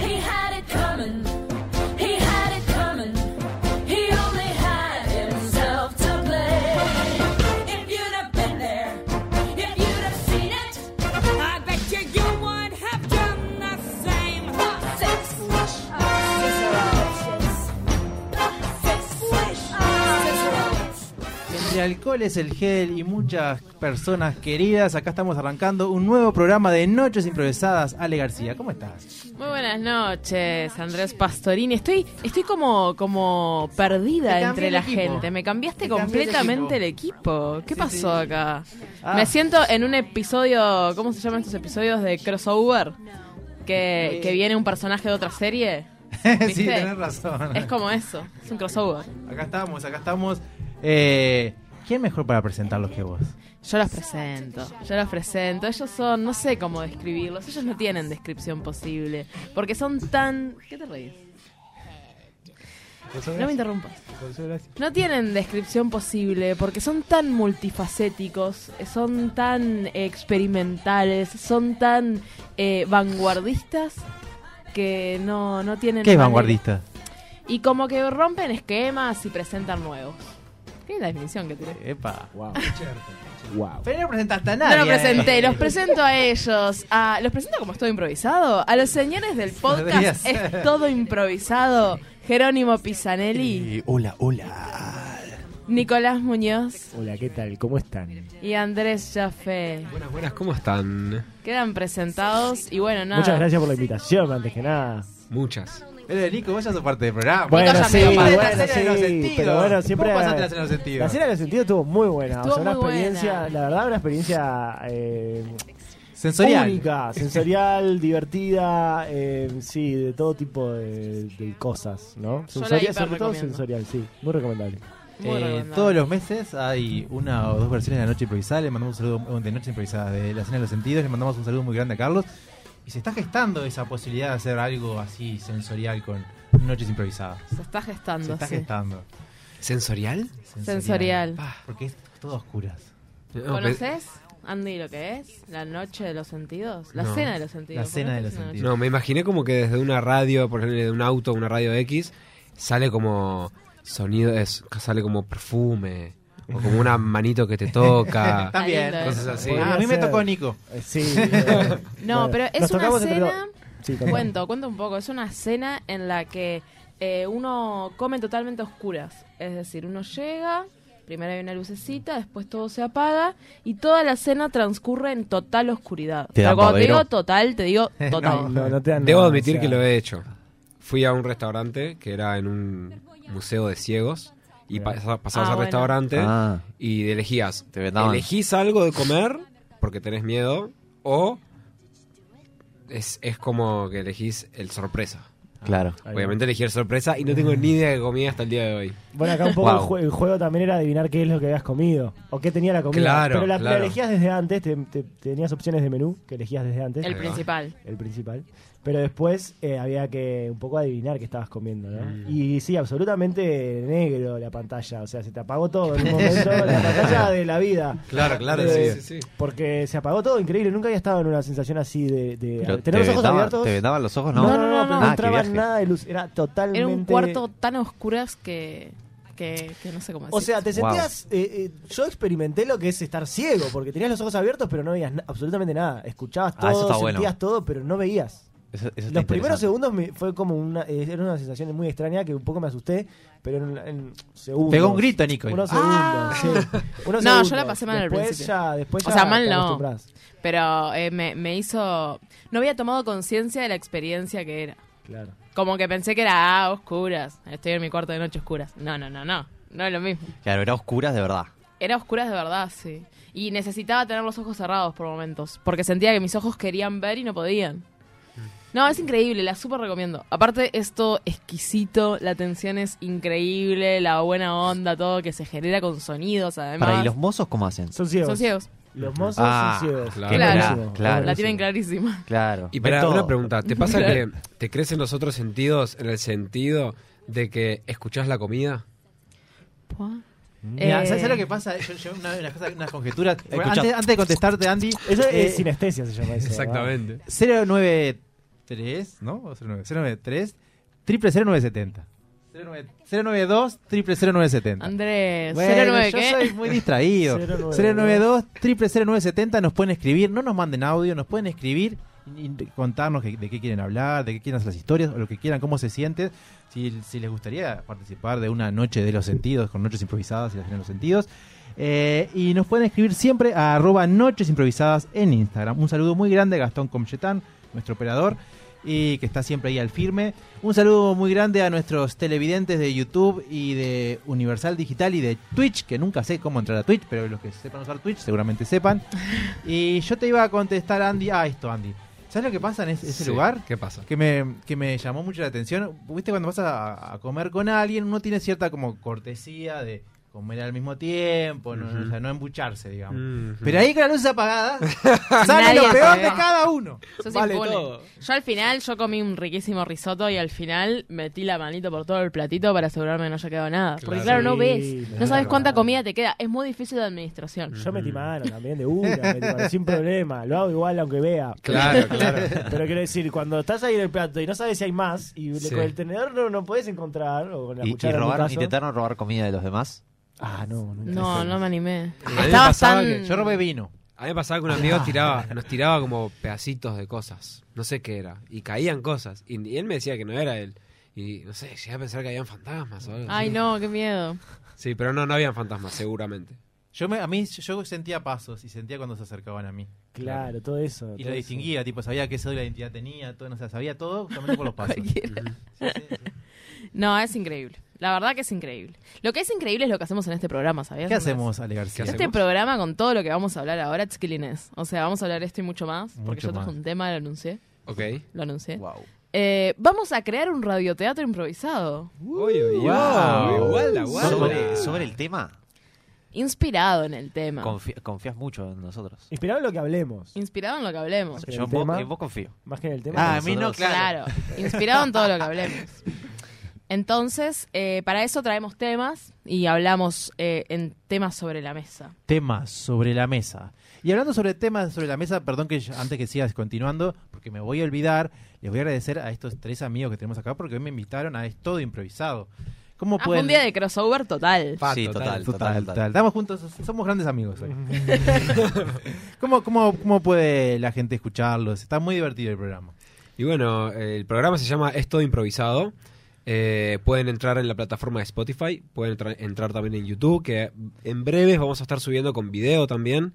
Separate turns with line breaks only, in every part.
He had it coming. He had it coming. He only had himself to blame. If you'd have been there, if you'd have seen it, I bet you you would have done the same. Six swish, Six swish,
Entre alcohol es el gel y muchas personas queridas, acá estamos arrancando un nuevo programa de Noches Improvisadas. Ale García, ¿cómo estás?
Muy buenas noches, Andrés Pastorini. Estoy, estoy como, como perdida
Te cambié
entre
el
la
equipo.
gente. Me cambiaste
Te cambié el
completamente el equipo. ¿Qué
Sí,
pasó
sí.
acá?
Ah.
Me siento en un episodio, ¿cómo se llaman estos episodios de crossover? Que, que viene un personaje de otra serie.
sí,
¿Viste?
tenés razón.
Es como eso, es un crossover.
Acá estamos, acá estamos. Eh, ¿Quién mejor para presentarlos que vos?
Yo los presento, yo los presento. Ellos son, no sé cómo describirlos, ellos no tienen descripción posible. Porque son tan... ¿Qué te reís? No me interrumpas. No tienen descripción posible porque son tan multifacéticos, son tan experimentales, son tan eh, vanguardistas que no, no tienen...
¿Qué es
manera.
vanguardista?
Y como que rompen esquemas y presentan nuevos. ¿Qué es la definición que tiene?
Epa.
Wow. wow.
Pero no presentaste a
No
nadie.
lo
eh.
presenté, los presento a ellos. A, los presento como es todo improvisado. A los señores del
Podría
podcast
ser.
es todo improvisado. Jerónimo Pisanelli,
Eh, hola, hola.
Nicolás Muñoz
Hola, ¿qué tal? ¿Cómo están?
y Andrés Jaffe.
Buenas, buenas, ¿cómo están?
Quedan presentados y bueno, nada.
Muchas gracias por la invitación, antes que nada.
Muchas.
Eh, Nico, vos ya sos parte del programa.
Bueno,
ya me
sí,
dio
bueno,
parte de
la cena de los
sí,
sentidos.
pero bueno, siempre...
¿Cómo pasaste la cena de los sentidos?
La cena de los sentidos estuvo muy buena.
Estuvo
o sea, una
muy buena.
experiencia, la verdad, una experiencia eh,
Sensorial.
única, sensorial, divertida, eh, sí, de todo tipo de, de cosas, ¿no?
Yo la
Sensorial,
hiper
sobre todo
recomiendo.
sensorial, sí, muy recomendable.
Muy
Eh,
recomendable.
todos los meses hay una o dos versiones de la noche improvisada. Le mandamos un saludo eh, de Noche Improvisada de la Cena de los Sentidos. Le mandamos un saludo muy grande a Carlos. Y se está gestando esa posibilidad de hacer algo así sensorial con Noches Improvisadas.
Se está gestando.
Se está
sí.
gestando.
¿Sensorial?
Sensorial.
Ah, porque es todo a oscuras.
Oh.
No, me,
¿Conoces, Andy, lo que es? ¿La noche de los sentidos? La
No.
cena de los sentidos.
La
¿Por
cena
qué
de
se
los
dice noche?
sentidos.
no, me imaginé como que desde una radio, por ejemplo, de un auto, una radio X, sale como sonido, es, sale como perfume, o como una manito que te toca.
También.
lindo
Cosas así.
Ah, a mí me tocó Nico.
Eh, sí. eh,
No,
bueno,
pero
nos
es una
tocamos entre
cena...
dos. Sí, contá.
Cuento, cuento un poco. Es una cena en la que eh, uno come totalmente a oscuras. Es decir, uno llega, primero hay una lucecita, después todo se apaga y toda la cena transcurre en total oscuridad. Pero
dan
cuando te
babero?
digo total, te digo
No,
total.
no, no te dan
Debo
nada,
admitir
o sea,
que lo he hecho. Fui a un restaurante que era en un museo de ciegos y
Mirá.
pasa- pasabas
Ah,
al
bueno.
restaurante
Ah.
y elegías.
Te vendaban.
Elegís algo de comer porque tenés miedo o es, es como que elegís el sorpresa.
Claro.
Ahí va.
Obviamente elegí el sorpresa y no tengo ni idea de comida hasta el día de hoy.
Bueno, acá un poco
Wow.
el, jue- el juego también era adivinar qué es lo que habías comido o qué tenía la comida.
Claro,
Pero la, la
claro.
elegías desde antes, te- te- tenías opciones de menú que elegías desde antes,
El
el,
va.
principal.
principal. Pero después eh, había que un poco adivinar qué estabas comiendo, ¿no? Y sí, absolutamente negro la pantalla. O sea, se te apagó todo en un momento, la pantalla de la vida.
Claro, claro.
Eh,
sí, sí, sí.
Porque se apagó todo, increíble. Nunca había estado en una sensación así de. de
Pero
¿Tener los ojos
vendaban-
abiertos?
¿Te vendaban los ojos? No,
No, no,
no,
no, no,
no.
pero no
Ah, qué
entraba
viaje.
nada de luz. Era totalmente.
Era un cuarto tan a oscuras que, que, que no sé cómo decir.
O sea, te
Wow.
sentías. eh, eh, yo experimenté lo que es estar ciego, porque tenías los ojos abiertos, pero no veías na- absolutamente nada. Escuchabas
Ah, eso
todo,
está bueno.
sentías todo, pero no veías.
Eso- eso está
los
interesante.
primeros segundos me- fue como una. eh, era una sensación muy extraña que un poco me asusté, pero en, en segundos.
Pegó un grito, Nico.
Unos segundos,
Ah.
sí. Unos
No, yo
segundos.
la pasé mal al
después
principio.
Ya, después
O
ya
sea, mal
te
no.
acostumbrás.
Pero eh, me, me hizo... No había tomado conciencia de la experiencia que era.
Claro.
Como que pensé que era ah, oscuras. Estoy en mi cuarto de noche oscuras. No, no, no, no. No es lo mismo.
Claro, era oscuras de verdad.
Era oscuras de verdad, sí. Y necesitaba tener los ojos cerrados por momentos. Porque sentía que mis ojos querían ver y no podían.
Mm.
No, es increíble, la súper recomiendo. Aparte, es todo exquisito, la tensión es increíble, la buena onda, todo que se genera con sonidos, además.
Para, ¿y los mozos cómo hacen?
Son ciegos.
Son ciegos,
Los mozos
Ah,
son ciegos.
claro.
Qué
Claro,
buenísimo,
claro.
la tienen clarísima.
Claro.
Y
Ven
para
todo.
una pregunta, ¿te pasa que te crecen los otros sentidos en el sentido de que escuchás la comida?
Mira,
Eh,
¿sabes, sabes lo que pasa? Yo, yo una, una cosa- unas conjeturas. Bueno,
Escucha.
antes, antes de contestarte, Andy.
Eso
eh,
es sinestesia, se llama eso. ¿verdad?
093, ¿no? O 09, 093, triple 0970. 09 092, triple 0970.
Andrés,
Bueno,
09,
yo
¿qué?
soy muy distraído. 092 triple 0970 nos pueden escribir, no nos manden audio, nos pueden escribir y y contarnos que- de qué quieren hablar, de qué quieren hacer las historias, o lo que quieran, cómo se sienten. Si, si les gustaría participar de una noche de los sentidos, con noches improvisadas y las de los sentidos. Eh, y nos pueden escribir siempre a arroba noches improvisadas en Instagram. Un saludo muy grande a Gastón Comchetán, nuestro operador, y que está siempre ahí al firme. Un saludo muy grande a nuestros televidentes de YouTube y de Universal Digital y de Twitch, que nunca sé cómo entrar a Twitch, pero los que sepan usar Twitch seguramente sepan. Y yo te iba a contestar, Andy, a esto, Andy. ¿Sabes lo que pasa en ese, ese
Sí,
lugar?
¿Qué pasa?
que me, que me llamó mucho la atención. Viste, cuando vas a, a comer con alguien, uno tiene cierta como cortesía de comer al mismo tiempo, no,
Ujú.
o sea, no embucharse, digamos.
Ujú.
Pero ahí con las luces apagadas
Nadie
sale lo peor
se
de
ve.
cada uno.
Eso se impone. Yo al final, yo comí un riquísimo risotto y al final metí la manito por todo el platito para asegurarme que no haya quedado nada. Porque
Claro.
claro, no
Sí,
ves, no
claro.
sabes cuánta comida te queda. Es muy difícil de administración.
Yo metí mano también de una, metí mano, sin problema. Lo hago igual aunque vea.
Claro, claro.
Pero quiero decir, cuando estás ahí en el plato y no sabes si hay más, y le-
Sí.
con el tenedor no, no puedes encontrar, o con la
¿Y, y
cuchara en mi
robaron,
caso.
intentaron robar comida de los demás?
Ah, no, nunca. Ah,
No, no me animé.
A mí me
Estabas
pasaba
tan...
que
Yo robé vino. Ah.
A mí me pasaba que un amigo tiraba, nos tiraba como pedacitos de cosas, no sé qué era, y caían cosas, y, y él me decía que no era él. Y no sé, llegué a pensar que habían fantasmas o algo.
Ay,
así.
no, qué miedo.
Sí, pero no, no habían fantasmas, seguramente.
Yo me, a mí yo sentía pasos y sentía cuando se acercaban a mí.
Claro, todo eso.
Y
todo eso.
lo distinguía, tipo, sabía qué cédula de identidad tenía, todo, no sé, sabía todo justamente por los pasos.
Cualquiera.
Sí, sí, sí.
No, es increíble. La verdad que es increíble. Lo que es increíble es lo que hacemos en este programa, ¿sabías?
¿Qué
Andrés?
hacemos, Ale García?
¿Qué
Este
hacemos?
programa con todo lo que vamos a hablar ahora, chiquilines. O sea, vamos a hablar esto y mucho más, porque
Mucho
yo traje
más.
un tema, lo anuncié,
Ok.
lo anuncié.
Wow.
Eh, vamos a crear un radioteatro improvisado,
Uy, uy, uy, guala, guala.
¿Sobre, sobre el tema?
inspirado en el tema,
Confi- confías mucho en nosotros.
Inspirado en lo que hablemos,
inspirado en lo que hablemos.
¿En
Yo
el
en vos,
tema?
en vos confío.
más que en el tema.
Ah, a mí no,
Claro, inspirado en todo lo que hablemos. Entonces, eh, para eso traemos temas y hablamos eh, en temas sobre la mesa.
temas sobre la mesa. Y hablando sobre temas sobre la mesa, perdón que yo- antes que sigas continuando, porque me voy a olvidar, les voy a agradecer a estos tres amigos que tenemos acá porque hoy me invitaron a Es Todo Improvisado. ¿Cómo
Ah, fue
pueden...?
un día de crossover total.
Pa,
sí, total, total, total.
Estamos juntos, somos grandes amigos hoy. ¿Cómo, cómo, cómo puede la gente escucharlos? Está muy divertido el programa.
Y bueno, eh, el programa se llama Es Todo Improvisado. Eh, pueden entrar en la plataforma de Spotify, pueden entra- entrar también en YouTube, que en breves vamos a estar subiendo con video también.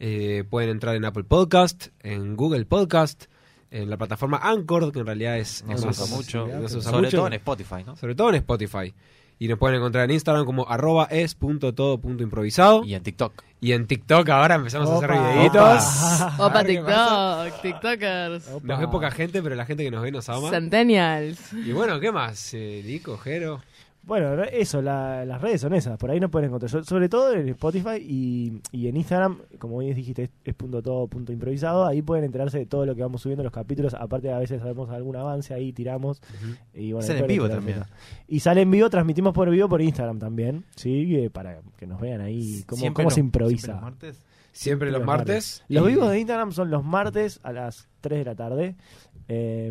Eh, pueden entrar en Apple Podcast, en Google Podcast, en la plataforma Anchor, que en realidad es,
No
es
se
más-
usa mucho.
no se usa
Sobre
mucho.
todo en Spotify, ¿no?
Sobre todo en Spotify. Y nos pueden encontrar en Instagram como arroba es punto todo punto improvisado.
Y en TikTok.
Y en TikTok ahora empezamos a
Opa.
hacer videitos.
Opa.
Opa,
Ah, ¿qué pasa?
TikTok, TikTokers,
Opa.
Nos ve poca gente, pero la gente que nos ve nos ama.
Centennials.
Y bueno, ¿qué más? Eh, Nico, Jero.
Bueno, eso, la- las redes son esas, por ahí no pueden encontrar. So- Sobre todo en Spotify y, y en Instagram, como hoy dijiste, es, es punto todo, punto improvisado. Ahí pueden enterarse de todo lo que vamos subiendo en los capítulos. Aparte, a veces hacemos algún avance ahí, tiramos. y bueno,
Sale
ahí
en
pueden
vivo
enterarse
también.
de todo. Y sale en vivo, transmitimos por vivo por Instagram también, ¿sí? Eh, Para que nos vean ahí cómo,
Siempre
cómo
los-
se
siempre los
improvisa.
martes.
Siempre los
Los
martes.
Los
Y-
vivos de Instagram son los martes a las 3 de la tarde. Eh,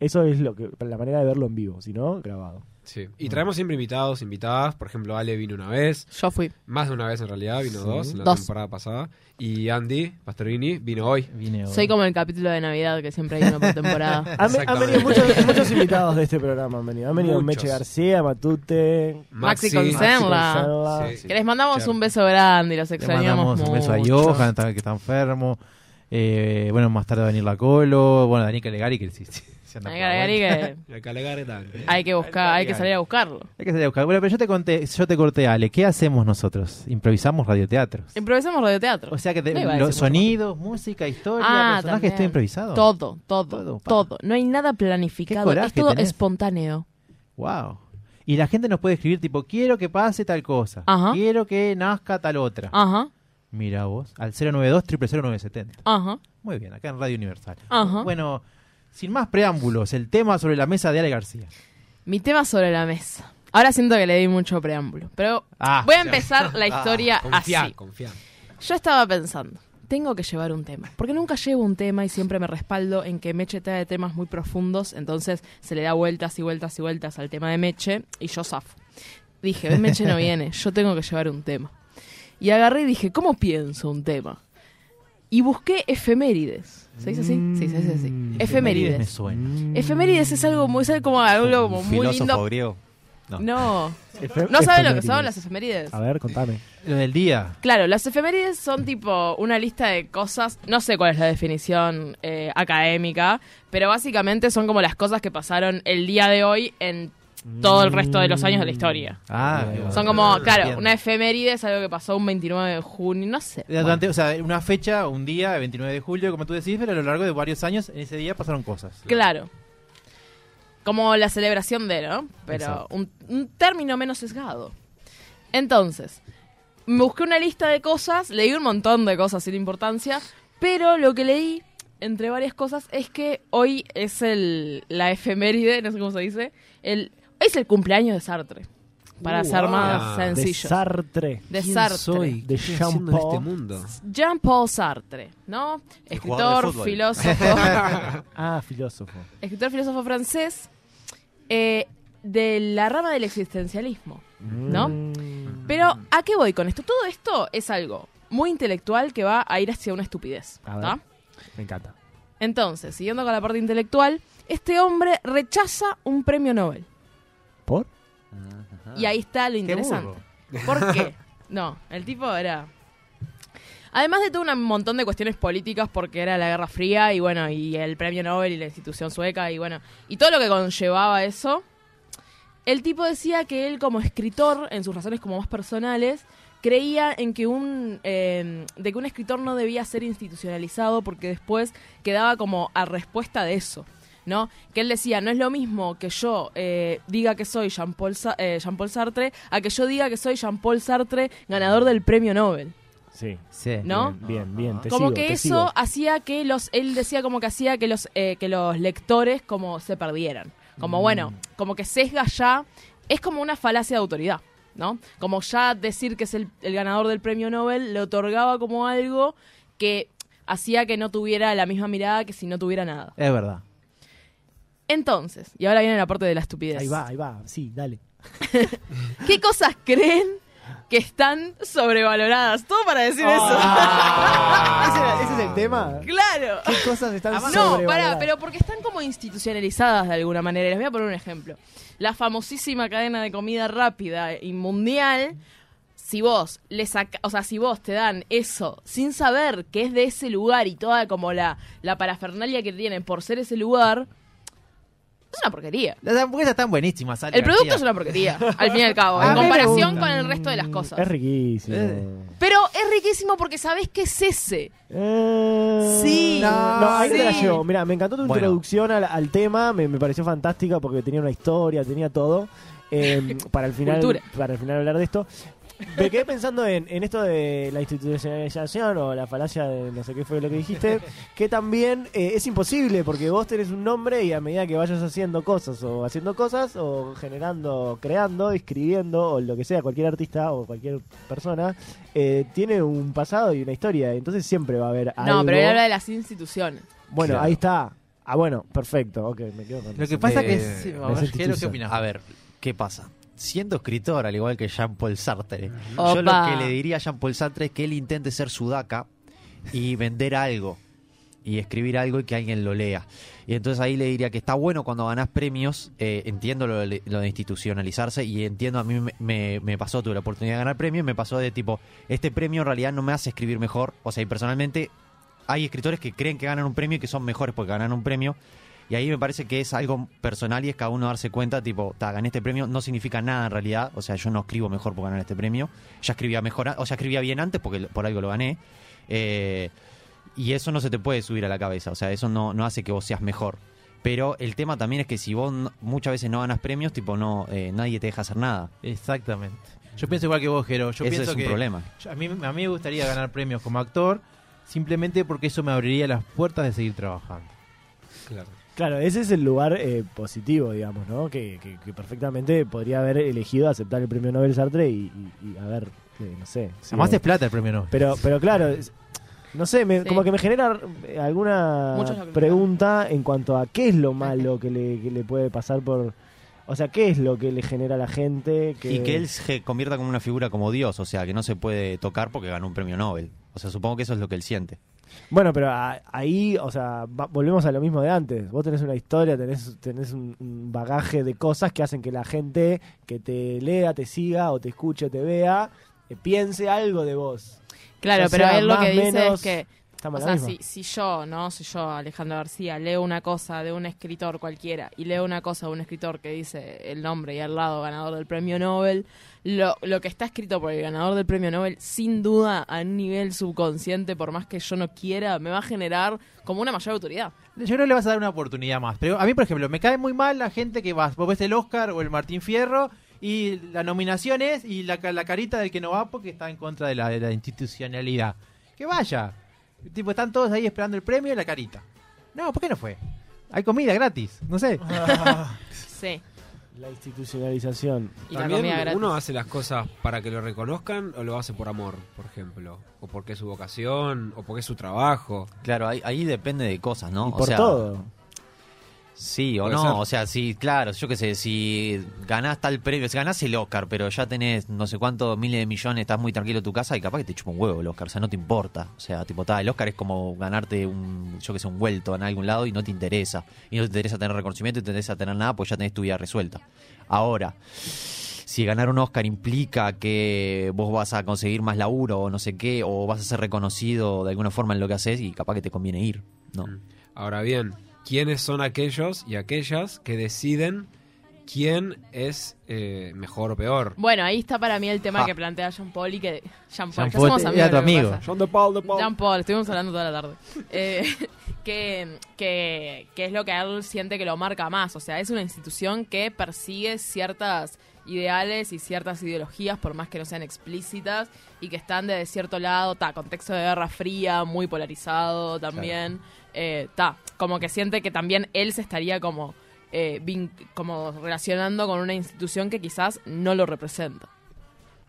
eso es lo que la manera de verlo en vivo, si no, grabado.
Sí. Y traemos siempre invitados, invitadas. Por ejemplo, Ale vino una vez.
Yo fui.
Más de una vez en realidad, vino
Sí.
dos en la
Dos.
temporada pasada. Y Andy Pastorini vino hoy.
Vine hoy.
Soy como el capítulo de Navidad que siempre hay uno por temporada.
Han, ve- han
Exactamente.
venido muchos, muchos invitados de este programa. Han venido, han venido
Muchos.
Meche García, Matute,
Maxi
Maxi
Consent. Senla.
Consella.
Sí.
Que les mandamos
Claro.
un beso grande y los
Le
extrañamos
mandamos
mucho.
un beso a Johan, está- que está enfermo. Eh, bueno, más tarde va a venir la Colo. Bueno, Dani Calegari, que sí, sí, Se anda
Hay que,
por la
agregar y
vuelta.
que-
La Calegari también.
hay que buscar, hay que salir a buscarlo.
Hay que salir a buscar. Bueno, pero yo te conté, yo te corté, Ale, ¿qué hacemos nosotros? Improvisamos radioteatros.
Improvisamos radioteatro.
O sea que te-
No iba a decir
los
mucho
sonidos, música, historia,
Ah,
personajes, todo
también.
improvisado.
todo, todo,
Todo,
todo,
pa.
No hay nada
Qué
planificado.
coraje
Es todo
tenés.
espontáneo.
Wow. Y la gente nos puede escribir tipo, quiero que pase tal cosa,
Ajá.
quiero que nazca tal otra.
Ajá,
Mira vos, al 092 0970.
ajá,
Muy bien, acá en Radio Universal.
ajá.
Bueno, sin más preámbulos, el tema sobre la mesa de Ale García.
Mi tema sobre la mesa. Ahora siento que le di mucho preámbulo, pero
Ah,
voy a empezar la historia
Confía,
así.
confía.
Yo estaba pensando, tengo que llevar un tema, porque nunca llevo un tema y siempre me respaldo en que Meche trae temas muy profundos, entonces se le da vueltas y vueltas y vueltas al tema de Meche y yo zafo. Dije, hoy Meche no viene, yo tengo que llevar un tema. Y agarré y dije, ¿cómo pienso un tema? Y busqué efemérides. ¿Se dice así? Sí, se dice así.
Mm,
Me
Efemérides.
suena.
Mm.
Efemérides es algo muy, es como algo como
Un
muy
filósofo
lindo.
griego. No.
No,
Efe-
no saben lo que son
efemérides.
las efemérides.
A ver, contame.
Lo del día.
Claro, las efemérides son tipo una lista de cosas, no sé cuál es la definición eh, académica, pero básicamente son como las cosas que pasaron el día de hoy en todo el resto de los años de la historia.
Ah,
Mm.
Son
Son como, claro, una efeméride es algo que pasó un 29 de junio, no sé.
Eh, durante- o sea, una fecha, un día, el 29 de julio, como tú decís, pero a lo largo de varios años, en ese día pasaron cosas.
Claro. Como la celebración de, ¿no? Pero
Exacto.
un, un término menos sesgado. Entonces, me busqué una lista de cosas, leí un montón de cosas sin importancia, pero lo que leí, entre varias cosas, es que hoy es el, la efeméride, no sé cómo se dice, el, hoy es el cumpleaños de Sartre, para
Uh,
ser
ah.
más
De
De
sencillo.
Sartre.
De
¿Quién
Sartre.
soy?
De
¿Qué estoy haciendo en
Jean-Paul.
este mundo?
Jean-Paul Sartre, ¿no?
El jugador de
Escritor,
fútbol.
filósofo.
Ah, filósofo.
escritor filósofo francés eh, de la rama del existencialismo. ¿No?
Mm.
Pero, ¿a qué voy con esto? Todo esto es algo muy intelectual que va a ir hacia una estupidez.
A ver.
¿tá?
Me encanta.
Entonces, siguiendo con la parte intelectual, este hombre rechaza un premio Nobel.
¿Por?
Ajá.
Y ahí está lo
Qué
interesante.
burro.
¿Por qué? No, el tipo era. Además de todo un montón de cuestiones políticas, porque era la Guerra Fría y bueno, y el premio Nobel y la institución sueca y bueno, y todo lo que conllevaba eso. El tipo decía que él, como escritor, en sus razones como más personales, creía en que un eh, de que un escritor no debía ser institucionalizado porque después quedaba como a respuesta de eso no que él decía no es lo mismo que yo eh, diga que soy Jean Paul Sartre a que yo diga que soy Jean Paul Sartre ganador del Premio Nobel
Sí.
Sí.
no
Bien, bien. Te
como
sigo,
que
te
eso
sigo.
hacía que los él decía como que hacía que los eh, que los lectores como se perdieran como
Mm.
bueno como que sesga ya es como una falacia de autoridad no como ya decir que es el, el ganador del premio Nobel le otorgaba como algo que hacía que no tuviera la misma mirada que si no tuviera nada
Es verdad.
entonces y ahora viene la parte de la estupidez
Ahí va, ahí va. Sí, dale.
qué cosas creen que están sobrevaloradas todo para decir Ah.
¿Ese, era- ese es el tema.
eso claro
¿Qué cosas están
No,
sobrevaloradas?
pará, pero porque están como institucionalizadas de alguna manera. Les voy a poner un ejemplo. La famosísima cadena de comida rápida y mundial, si vos le saca, o sea, si vos te dan eso sin saber que es de ese lugar y toda como la, la parafernalia que tienen por ser ese lugar, es una porquería.
Las hamburguesas están buenísimas, Ale
El producto
García.
es una porquería, al fin y al cabo,
A
en
mí me
comparación
gusta.
con el resto de las cosas.
Es riquísimo.
Eh.
Pero es riquísimo porque sabés que es ese.
Eh,
Sí.
No, ahí te la
Sí.
llevo. Mira, me encantó tu
Bueno.
introducción al, al tema. Me, me pareció fantástica porque tenía una historia, tenía todo. Eh, para el final,
Cultura.
para el final hablar de esto. Me quedé pensando en, en esto de la institucionalización o la falacia de no sé qué fue lo que dijiste, que también eh, es imposible porque vos tenés un nombre y a medida que vayas haciendo cosas o haciendo cosas o generando, creando, escribiendo o lo que sea, cualquier artista o cualquier persona, eh, tiene un pasado y una historia, entonces siempre va a haber algo.
No, pero él habla de las instituciones.
Bueno, ahí está. Ah, bueno, perfecto. Ok, me quedo con
Lo
eso.
que pasa
Eh,
que es... sí, a ver,
institución.
Jero, ¿qué opinas?
A ver, ¿qué pasa? Siendo escritor, al igual que Jean-Paul Sartre, yo lo
Opa.
que le diría a Jean-Paul Sartre es que él intente ser sudaca y vender algo y escribir algo y que alguien lo lea. Y entonces ahí le diría que está bueno cuando ganás premios, eh, entiendo lo, de- lo de institucionalizarse y entiendo, a mí me, me- me pasó, tuve la oportunidad de ganar premios y me pasó de tipo, este premio en realidad no me hace escribir mejor, o sea, y personalmente hay escritores que creen que ganan un premio y que son mejores porque ganan un premio Y ahí me parece que es algo personal y es cada uno darse cuenta, tipo, "Ta, gané este premio, no significa nada en realidad. O sea, yo no escribo mejor por ganar este premio. Ya escribía mejor, a- o sea, escribía bien antes porque lo- por algo lo gané. Eh, y eso no se te puede subir a la cabeza. O sea, eso no, no hace que vos seas mejor. Pero el tema también es que si vos n- muchas veces no ganas premios, tipo, no, eh, nadie te deja hacer nada.
Exactamente. Yo pienso igual que vos, Jero.
Eso
Yo pienso
es un
que
problema.
yo- a, mí, a mí me gustaría ganar premios como actor simplemente porque eso me abriría las puertas de seguir trabajando.
Claro.
Claro, ese es el lugar eh, positivo, digamos, ¿no? Que, que- que perfectamente podría haber elegido aceptar el premio Nobel Sartre y, y- y haber, eh, no sé. sido-
Además es plata el premio no.
Pero, pero claro, es- no sé, me-
Sí.
como que me genera eh, alguna
Muchos lo critican.
pregunta en cuanto a qué es lo malo que le, que le puede pasar por... O sea, ¿qué es lo que le genera a la gente? Que,
Y que él se convierta como una figura como Dios, o sea, que no se puede tocar porque ganó un premio Nobel. O sea, supongo que eso es lo que él siente.
Bueno, pero a- ahí, o sea, va- volvemos a lo mismo de antes. Vos tenés una historia, tenés, tenés un, un bagaje de cosas que hacen que la gente que te lea, te siga o te escuche o te vea, eh, piense algo de vos.
Claro,
Ya
pero
sea
él lo
más,
que dice
menos,
es que,
Está
o
mal la
sea,
misma.
si, si yo, ¿no? Si yo, Alejandro García, leo una cosa de un escritor cualquiera y leo una cosa de un escritor que dice el nombre y al lado ganador del premio Nobel, lo, lo que está escrito por el ganador del premio Nobel, sin duda, a un nivel subconsciente, por más que yo no quiera, me va a generar como una mayor autoridad.
Yo creo que le vas a dar una oportunidad más. Pero a mí, por ejemplo, me cae muy mal la gente que va. Vos ves el Oscar o el Martín Fierro y la nominación es y la, ca- la carita del que no va porque está en contra de la, de la institucionalidad. Que vaya. Tipo, están todos ahí esperando el premio y la carita. No, ¿por qué no fue? Hay comida gratis, no sé. Ah.
Sí.
La institucionalización.
Y la
También
comida gratis.
uno hace las cosas para que lo reconozcan o lo hace por amor, por ejemplo, o porque es su vocación, o porque es su trabajo.
Claro, ahí, ahí depende de cosas, ¿no?
y
O
por
sea,
todo.
Sí o
Puede
no,
ser.
o sea, sí, claro, yo qué sé, si ganás tal premio, si ganás el Oscar, pero ya tenés no sé cuántos miles de millones, estás muy tranquilo en tu casa y capaz que te chupa un huevo el Oscar, o sea, no te importa. O sea, tipo, ta, el Oscar es como ganarte un, yo qué sé, un vuelto en algún lado y no te interesa. Y no te interesa tener reconocimiento, y no te interesa tener nada, pues ya tenés tu vida resuelta. Ahora, si ganar un Oscar implica que vos vas a conseguir más laburo o no sé qué, o vas a ser reconocido de alguna forma en lo que haces y capaz que te conviene ir, ¿no?
Mm. Ahora bien, ¿quiénes son aquellos y aquellas que deciden quién es eh, mejor o peor?
Bueno, ahí está para mí el tema
Ah.
que plantea Jean Paul y que. Jean Paul,
Jean
ya
Paul
somos amigos.
era tu
lo que
amigo.
pasa.
John de Paul, de Paul.
Jean Paul, estuvimos hablando toda la tarde. Eh, que, que- que es lo que a él siente que lo marca más. O sea, es una institución que persigue ciertas ideales y ciertas ideologías, por más que no sean explícitas, y que están de cierto lado, ta, contexto de guerra fría, muy polarizado también. eh, ta, como que siente que también él se estaría como, eh, vin- como relacionando con una institución que quizás no lo representa.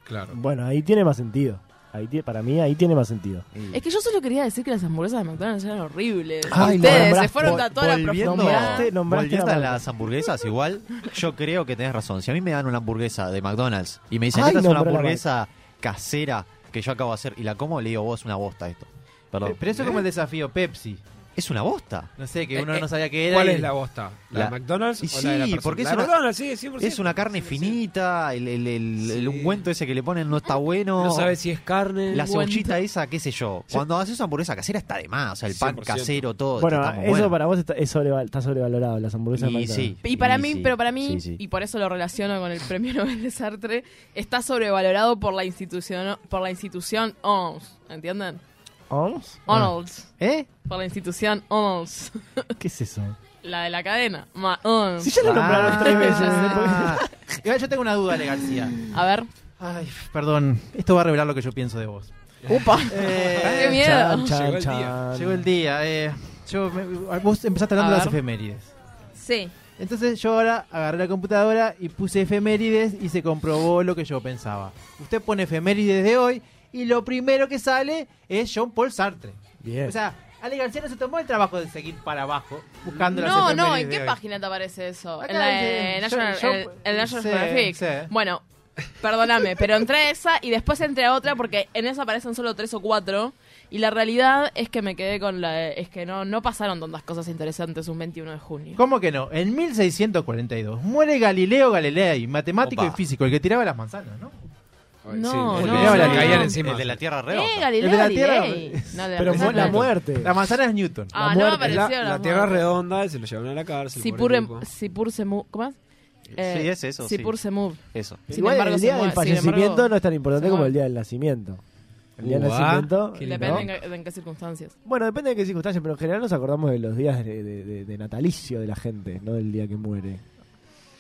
Claro.
Bueno, ahí tiene más sentido. Ahí tie- para mí ahí tiene más sentido.
Es que yo solo quería decir que las hamburguesas de McDonald's eran horribles.
Ay, lo
Ustedes se
nombraste.
fueron a toda la
Volviendo-
profundidad.
Nombraste- nombraste
volviendo
la
a
marca.
las hamburguesas, igual, yo creo que tenés razón. Si a mí me dan una hamburguesa de McDonald's y me dicen,
Ay,
esta es una
nombró la
hamburguesa casera que yo acabo de hacer y la como, le digo, vos, es una bosta esto.
Eh,
Perdón.
Pero eso es como el desafío Pepsi.
es una bosta.
No sé, que
Eh,
uno
eh,
no sabía qué era.
¿Cuál
y-
es la bosta? Ah, ¿La, de
La-
McDonald's?
Y
o la de la
sí,
persona?
porque es
La de
una-
McDonald's, sí, 100%.
Es una carne
100%.
finita, el, el- el- el
Sí.
ungüento ese que le ponen no está bueno.
No sabes si es carne.
la
ungüento.
cebollita esa, qué sé yo. Cuando haces una hamburguesa casera está de más. O sea, el pan
100%.
casero, todo.
Bueno,
está muy
eso
bueno.
para vos está, es sobreval- está sobrevalorado, las hamburguesas de
Y
McDonald's.
sí,
Y para mí,
sí,
pero para mí,
sí, sí.
y por eso lo relaciono con el premio Nobel de Sartre, está sobrevalorado por la institución, por la institución ONS, ¿entienden?
¿Ons?
ONS,
¿Eh?
por la institución ONS,
¿Ququé es eso?
la de la cadena, ma- ONS.
Si ya lo nombraron tres veces.
Ah. Igual yo tengo una duda, Ale García.
A ver,
Ay, perdón. Esto va a revelar lo que yo pienso de vos.
qué
Eh,
miedo.
Chan, chan,
Llegó el
chan.
Llegó el día. Eh, yo me- vos empezaste hablando
A
de las
ver.
efemérides.
Sí,
Entonces yo ahora agarré la computadora y puse efemérides y se comprobó lo que yo pensaba. Usted pone efemérides de hoy y lo primero que sale es John Paul Sartre.
Bien.
O sea, Ale García no se tomó el trabajo de seguir para abajo buscando las
No,
efemérides.
no, ¿en
de
qué
hoy.
página te aparece eso?
Acá
En la
dice,
de National,
yo- yo-
el- el National
sí,
Geographic.
sí.
Bueno, perdóname, pero entré a esa y después entré a otra porque en esa aparecen solo tres o cuatro. Y la realidad es que me quedé con la. de- Es que no, no pasaron tantas cosas interesantes un 21 de junio.
¿Cómo que no? En 1642 muere Galileo Galilei, matemático
Opa.
y físico, el que tiraba las manzanas, ¿no?
No,
sí,
no,
le- le
no.
caían encima.
El de la Tierra Redonda.
Eh, Galileo
El de la
Galilei.
Tierra-
No, de
Pero
verdad
mu- la
no.
muerte.
La manzana es Newton.
Ah,
La
no
muerte,
apareció
la, la tierra redonda y se lo llevaron a la cárcel.
Si
pobre
pur,
tipo.
Si Pur se mu- ¿Cómo es? Eh,
sí, es eso.
Si
sí.
Pur se move.
Eso.
Sin
Igual
embargo,
el
se
día del
mueve- sin
fallecimiento
embargo,
no es tan importante
se
como
mueve.
el día del nacimiento. El día del
Uah,
nacimiento.
qué
¿no?
Depende en, qué- en qué circunstancias.
Bueno, depende de qué circunstancias, pero en general nos acordamos de los días de, de- de- de natalicio de la gente, no del día que muere.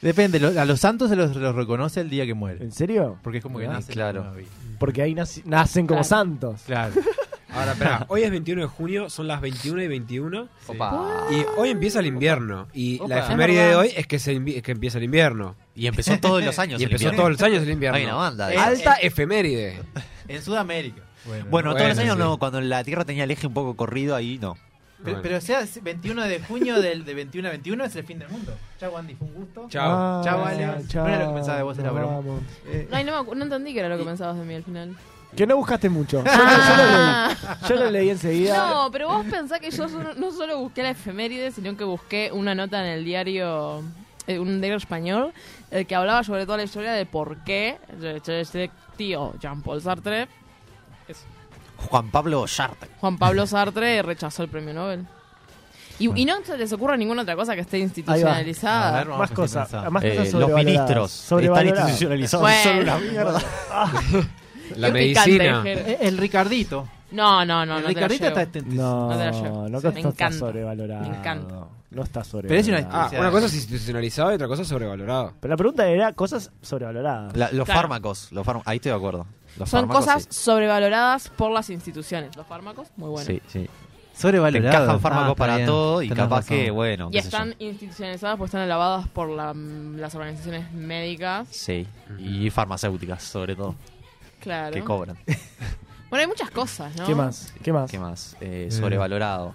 Depende, lo- a los santos se los, los reconoce el día que muere.
¿En serio?
Porque es como que
Ah,
nace.
claro.
Porque ahí naci- nacen como
Claro.
santos.
Claro.
Ahora, espera, hoy es 21 de junio, son las 21 y 21.
Opa.
Y hoy empieza el invierno. Y
Opa.
la
Es
efeméride de
verdad.
hoy es que, se invi- es que empieza el invierno.
Y empezó todos los años.
Y
el
empezó
invierno.
todos los años el invierno.
Hay una banda de esas.
Alta efeméride.
En Sudamérica. Bueno,
Bueno, todos
Bueno,
los años
sí.
no, cuando la Tierra tenía el eje un poco corrido, ahí no.
Pero, pero sea 21 de junio del de 21 a 21 es el fin del mundo. Chau, Andy, fue un gusto.
Chao.
Ah,
Chao, Alex.
chao,
No era lo que pensaba de vos,
nos
era broma.
vamos.
Eh,
Ay, no, me acu- no entendí que era lo que pensabas de mí al final.
Que no buscaste mucho.
Ah.
Yo lo leí enseguida.
No, pero vos pensás que yo solo- no solo busqué la efeméride, sino que busqué una nota en el diario, eh, un diario español, eh, que hablaba sobre toda la historia de por qué este tío Jean-Paul Sartre,
Juan Pablo Sartre.
Juan Pablo Sartre, rechazó el premio Nobel. Y, y no se les ocurra ninguna otra cosa que esté
a
institucionalizada.
ver, vamos
más
a
cosas.
pensar.
Más
Eh,
cosas
los
sobrevaloradas,
ministros están
sobrevaloradas.
institucionalizados.
Bueno.
Son una mierda.
La
Qué picante,
medicina.
Ger.
Eh, El Ricardito.
No, no, no, no. te
el
la
Ricardito
llevo.
está estente-
No,
No te la
no,
llevo.
no
Sí. Me
está
encanta.
sobrevalorado.
Me encanta.
No está
Pero es una-
sobrevalorado.
Ah, una cosa es institucionalizada y otra cosa es sobrevalorada.
Pero la pregunta era cosas sobrevaloradas.
La- los
Claro.
fármacos, los fármacos. Ahí estoy de acuerdo. Los
Son
fármacos,
cosas
sí.
sobrevaloradas por las instituciones. Los fármacos, muy buenos.
Sí, sí. Te
Sobrevalorado.
encajan fármacos
Ah, está
para
bien.
todo y
Tenés
capaz
razón.
que, bueno.
Y
qué sé yo.
están institucionalizadas pues están alabadas por la- las organizaciones médicas.
Sí, y farmacéuticas, sobre todo,
Claro.
que cobran.
Bueno, hay muchas cosas, ¿no?
¿Qué más? ¿Qué más?
¿Qué más? Eh, sobrevalorado.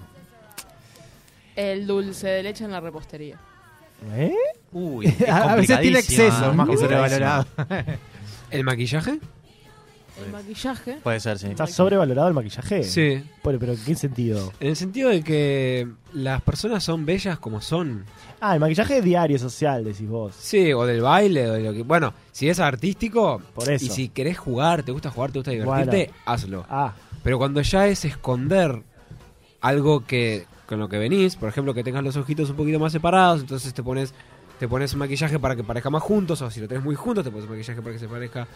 El dulce de leche en la repostería.
¿Eh?
Uy, es
A veces tiene
complicadísima,
exceso, más que
complicadísima.
sobrevalorado.
¿El maquillaje?
El maquillaje.
Puede ser, sí.
¿Está sobrevalorado el maquillaje?
Sí.
Bueno, pero ¿en qué sentido?
En el sentido de que las personas son bellas como son.
Ah, el maquillaje diario, social, decís vos.
Sí, o del baile, o de lo que. Bueno, si es artístico.
Por eso.
Y si querés jugar, te gusta jugar, te gusta divertirte, hazlo.
Ah,
Pero cuando ya es esconder algo que con lo que venís, por ejemplo, que tengas los ojitos un poquito más separados, entonces te pones te pones un maquillaje para que parezca más juntos, o si lo tenés muy juntos, te pones un maquillaje para que se parezca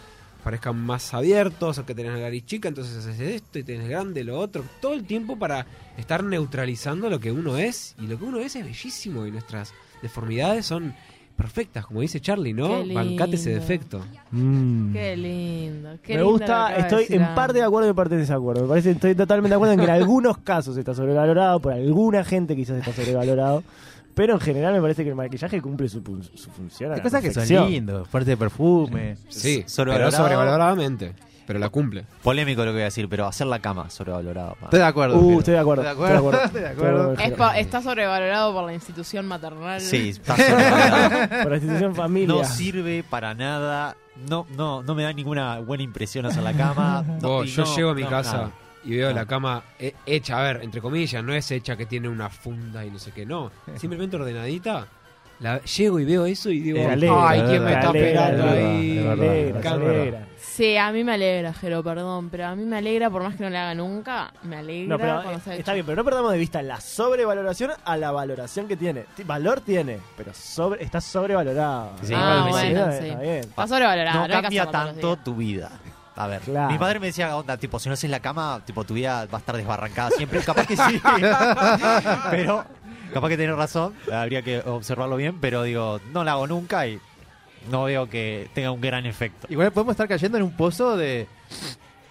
parezcan más abiertos, o que tenés la nariz chica, entonces haces esto y tenés grande lo otro, todo el tiempo para estar neutralizando lo que uno es y lo que uno es es bellísimo y nuestras deformidades son perfectas, como dice Charlie, ¿no?
Qué
Bancate ese
lindo.
defecto.
mm.
Qué lindo. Qué
me
lindo lo
gusta,
que acaba de
estoy
decir
en
Ana.
parte de acuerdo y en parte en desacuerdo. Me parece, estoy totalmente de acuerdo en que en algunos casos está sobrevalorado, por alguna gente quizás está sobrevalorado. Pero en general me parece que el maquillaje cumple su, pun- su función. a
Hay
la
cosas que son
perfección.
lindos. Fuerte de perfume.
Sí,
sobrevalorado.
pero sobrevaloradamente, pero la cumple.
Polémico lo que voy a decir, pero hacer la cama, sobrevalorado. pa.
Estoy de acuerdo.
Uh,
Jero.
estoy de acuerdo.
Estoy de acuerdo. Estoy de acuerdo.
Es po- está sobrevalorado por la institución maternal.
Sí, está sobrevalorado.
Por la institución familia.
No sirve para nada. No, no, no me da ninguna buena impresión hacer la cama. No,
Oh,
y
yo
no,
llego a mi
no,
casa
nada.
y veo
No.
Ah.
la cama eh, he- E, hecha, a ver, entre comillas, no es hecha que tiene una funda y no sé qué, no. Simplemente ordenadita. La, llego y veo eso y digo,
Te alegra,
ay, ¿quién me
te
está
alegra,
pegando
te alegra,
ahí?
te alegra, te
Calma.
alegra.
Sí, a mí me alegra, Jero, perdón. Pero a mí me alegra, por más que no le haga nunca, me alegra
No, pero
cuando se ha
eh,
hecho.
está bien, pero no perdamos de vista la sobrevaloración a la valoración que tiene. Ti- Valor tiene, pero sobre, está sobrevalorado.
Sí,
Ah,
igual me
bueno,
está
sí.
bien.
Está sobrevalorado.
no
hay que
cambia
hacerlo todos los
tanto
días.
tu vida. A ver,
Claro.
mi madre me decía, onda, tipo, si no haces la cama, tipo, tu vida va a estar desbarrancada siempre. Capaz que sí. pero, capaz que tenés razón, habría que observarlo bien, pero digo, no la hago nunca y no veo que tenga un gran efecto.
Igual podemos estar cayendo en un pozo de,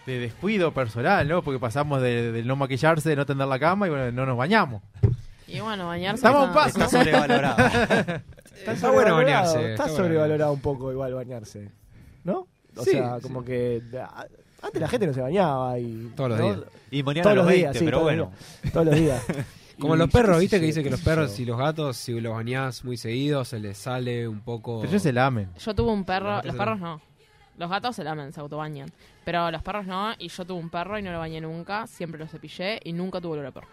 de descuido personal, ¿no? Porque pasamos de, de no maquillarse, de no tender la cama y bueno, no nos bañamos.
Y bueno, bañarse.
Estamos
está-
un paso.
Está sobrevalorado.
Está, bueno
sobrevalorado,
bañarse.
Está,
bueno.
sobrevalorado un poco igual bañarse. ¿No? O
Sí,
sea,
sí.
como que a- antes la gente no se bañaba y
Todos los
¿no?
días.
Y mañana
Todos
a los
los
20,
días, sí,
pero
todos
bueno.
los días, todos los días.
Como
Y
los
yo qué
perros,
sé
¿viste?
yo,
Que dicen que los
qué sé
perros
yo.
y los gatos, si los bañás muy seguido, se les sale un poco...
Pero ellos se lamen.
Yo tuve un
Los
perro,
gatos
los
se
perros no. Los gatos se lamen, se autobañan. Pero los perros no, y yo tuve un perro y no lo bañé nunca, siempre lo cepillé y nunca tuvo olor a perro.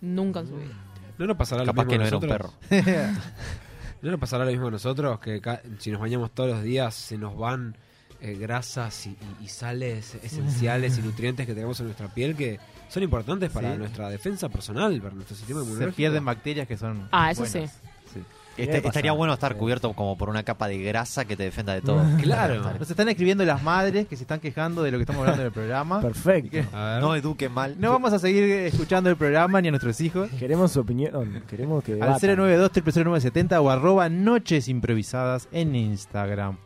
Nunca en su vida.
¿No nos pasará lo
Capaz
mismo
que
a
no era un
nosotros?
perro.
¿No nos pasará lo mismo a nosotros? Que ca- si nos bañamos todos los días se nos van eh, grasas y, y- y sales esenciales y nutrientes que tenemos en nuestra piel que son importantes para
Sí.
nuestra defensa personal, para nuestro sistema
Se
inmunológico.
pierden bacterias que son.
Ah, eso
buenas.
Este-
pasa.
estaría bueno estar cubierto como por una capa de grasa que te defenda de todo.
Claro.
Nos están escribiendo las madres que se están quejando de lo que estamos hablando en el programa.
Perfecto.
¿Qué?
A ver.
No eduquen mal.
No vamos a seguir escuchando el programa ni a nuestros hijos.
Queremos su opinión. Queremos que.
Al
debatan.
092 0970 o arroba noches improvisadas en Instagram.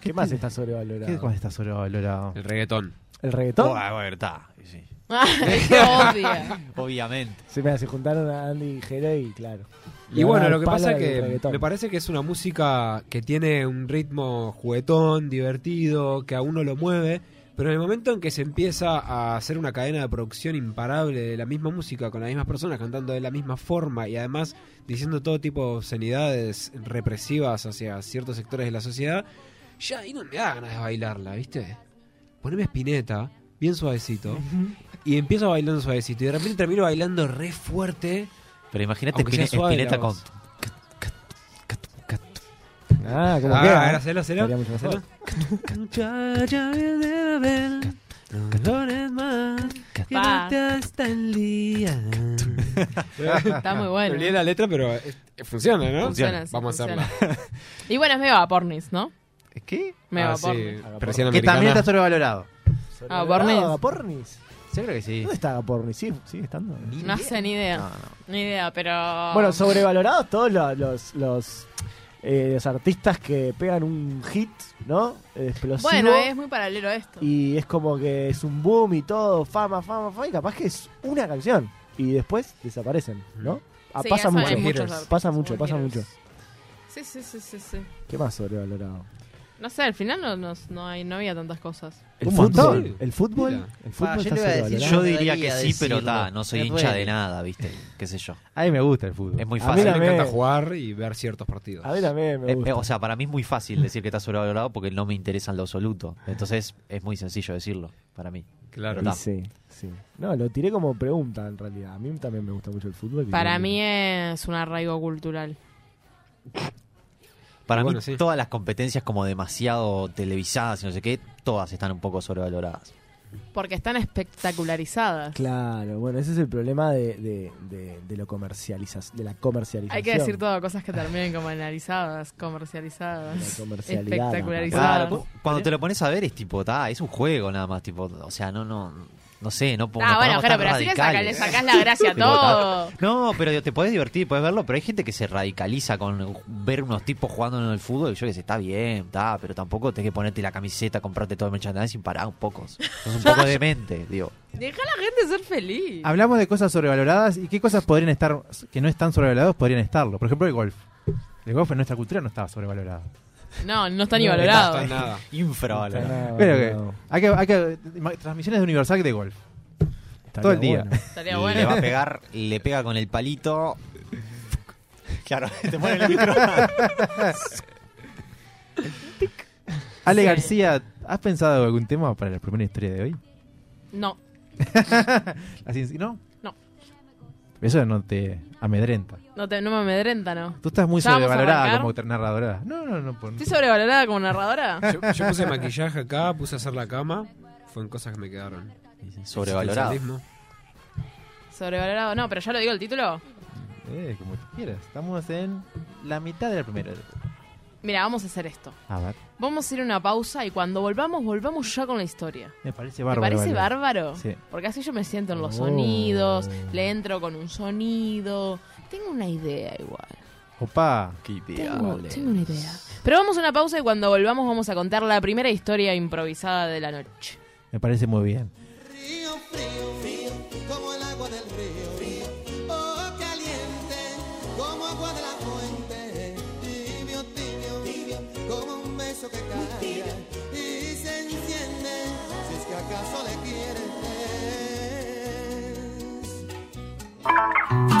¿Qué más está sobrevalorado?
¿Qué más está sobrevalorado?
El reggaetón.
¿El reggaetón?
Ah, bueno, está. Sí.
Te odia.
Obviamente.
Se me se juntaron a Andy y Jere y claro.
Y bueno, lo que
Pala
pasa es
del
que
reggaetón.
me parece que es una música que tiene un ritmo juguetón, divertido, que a uno lo mueve, pero en el momento en que se empieza a hacer una cadena de producción imparable de la misma música, con las mismas personas cantando de la misma forma y además diciendo todo tipo de obscenidades represivas hacia ciertos sectores de la sociedad, ya ahí no me da ganas de bailarla, ¿viste? Poneme espineta, bien suavecito, y empiezo bailando suavecito, y de repente termino bailando re fuerte.
Pero imagínate
Aunque sea
Spine-
suave la
Spinetta con.
voz.
Ah, como
Ah,
que.
era celo, celo.
Estaría mucho mejor.
Celo. Muchacha viene a ver Dolores más que
Pa.
no te hasta el día.
Está muy
Me
bueno.
olvidé la letra, pero eh, funciona, ¿no?
Funciona, sí,
Vamos
funciona.
a hacerla.
Y bueno, es medio a pornis, ¿no?
¿Qué?
Medio
Ah,
a
sí,
pornis.
Persiana
Que también
americana.
está sobrevalorado.
Ah,
Pornis.
Pornis.
Pornis.
Yo creo que sí.
¿Dónde está Pornis? Sí, sigue estando.
No sé, ni idea. Ah.
No, no.
Ni idea, pero.
Bueno, sobrevalorados todos los los, los, eh, los artistas que pegan un hit, ¿no? Eh, Explosivo.
Bueno, es muy paralelo a esto.
Y es como que es un boom y todo, fama, fama, fama, y capaz que es una canción. Y después desaparecen, ¿no? Ah,
Sí,
pasa
eso hay
mucho.
muchos
Haters.
artistas,
Pasa mucho, pasa
haters.
mucho.
Sí, sí, sí, sí, sí.
¿Qué más sobrevalorado?
No sé, al final no, no, no hay, no había tantas cosas.
¿El
Un
fútbol?
montón.
¿El fútbol?
Mira.
¿El fútbol
Ah, yo
está ¿eh?
le iba a decir,
sobrevalorado?
Yo diría que
debería
sí, pero
decirlo.
ta, no soy
Me
hincha
duele.
de nada, ¿viste? ¿Qué sé yo?
A mí me gusta el fútbol.
Es muy
A mí
fácil.
Me
también.
encanta jugar y ver ciertos partidos.
A mí también me
Eh, eh,
gusta.
o sea, para mí es muy fácil decir que está sobrevalorado porque no me interesa en lo absoluto. Entonces es muy sencillo decirlo para mí.
Claro.
Y sí, sí. No, lo tiré como pregunta en realidad. A mí también me gusta mucho el fútbol. y
Para
creo
mí
que-
es un arraigo cultural.
Para
Bueno,
mí
sí.
todas las competencias como demasiado televisadas y no sé qué, todas están un poco sobrevaloradas.
Porque están espectacularizadas.
Claro, bueno, ese es el problema de, de, de, de lo comercializa- de la comercialización.
Hay que decir todo, cosas que terminen como analizadas, comercializadas,
La comercialidad,
espectacularizadas.
Claro, cu- cuando te lo pones a ver es tipo, ta, es un juego nada más, tipo, o sea, no, no, no sé, no pongo.
Ah, bueno, claro, pero así le sacas, le sacás la gracia a
Tipo, ta-
todo.
No, pero te podés divertir, podés verlo, pero hay gente que se radicaliza con ver unos tipos jugando en el fútbol y yo que sé, está bien, está, pero tampoco tenés que ponerte la camiseta, comprarte todo el merchandising, pará un poco. Sos un poco demente, digo.
Deja a la gente ser feliz.
Hablamos de cosas sobrevaloradas y qué cosas podrían estar que no están sobrevaloradas podrían estarlo. Por ejemplo, el golf. El golf en nuestra cultura no está sobrevalorado.
No, no está ni
No,
No está
valorado.
nada.
Está
Infravalorado.
nada,
Pero
no,
que hay que, hay que- transmisiones de Universal de golf.
estaría
todo el día.
bueno.
Estaría
Le va
bueno.
a pegar, le pega con el palito. Claro, te pone el micro.
Ale
Sí.
García, ¿has pensado algún tema para la primera historia de hoy?
No,
Así en sí, ¿No?
No.
Eso no te amedrenta.
no, te, no me amedrenta, no.
Tú estás muy
¿Ya vamos a
sobrevalorada
arrancar?
como narradora. No, no, no. por-
¿Estoy sobrevalorada como narradora?
Yo, yo puse maquillaje acá, puse a hacer la cama. Fueron cosas que me quedaron.
Sobrevalorado.
Existencialismo.
Sobrevalorado, no, pero ya lo digo el título.
Eh, como quieras. Estamos en la mitad de la primera.
Mira, vamos a hacer esto.
A ver.
Vamos a ir a una pausa y cuando volvamos, volvamos ya con la historia.
Me parece
¿Te
bárbaro.
parece
Valeria.
bárbaro?
Sí.
Porque así yo me siento en los
Oh.
sonidos, le entro con un sonido. Tengo una idea igual.
Opa.
Tengo, tengo una idea. Pero vamos a una pausa y cuando volvamos vamos a contar la primera historia improvisada de la noche.
Me parece muy bien.
Frío, frío, frío, como el agua del río. Frío, oh, caliente, como agua de la fuente. Tibio, tibio, tibio, como un beso que cae. Y se enciende, si es que acaso le quieres.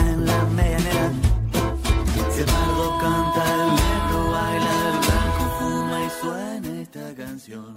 en la medianera. Si el pardo canta, el negro baila, el blanco fuma y suena esta canción.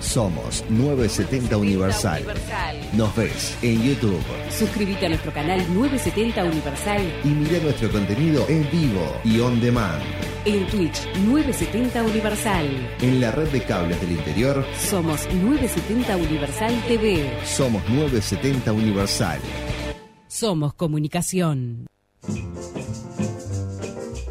Somos 970 Universal. Nos ves en YouTube
Suscríbete a nuestro canal 970 Universal
y mira nuestro contenido en vivo y on demand
en Twitch 970 Universal.
en la red de cables del interior.
Somos 970 Universal TV.
Somos 970 Universal.
Somos comunicación.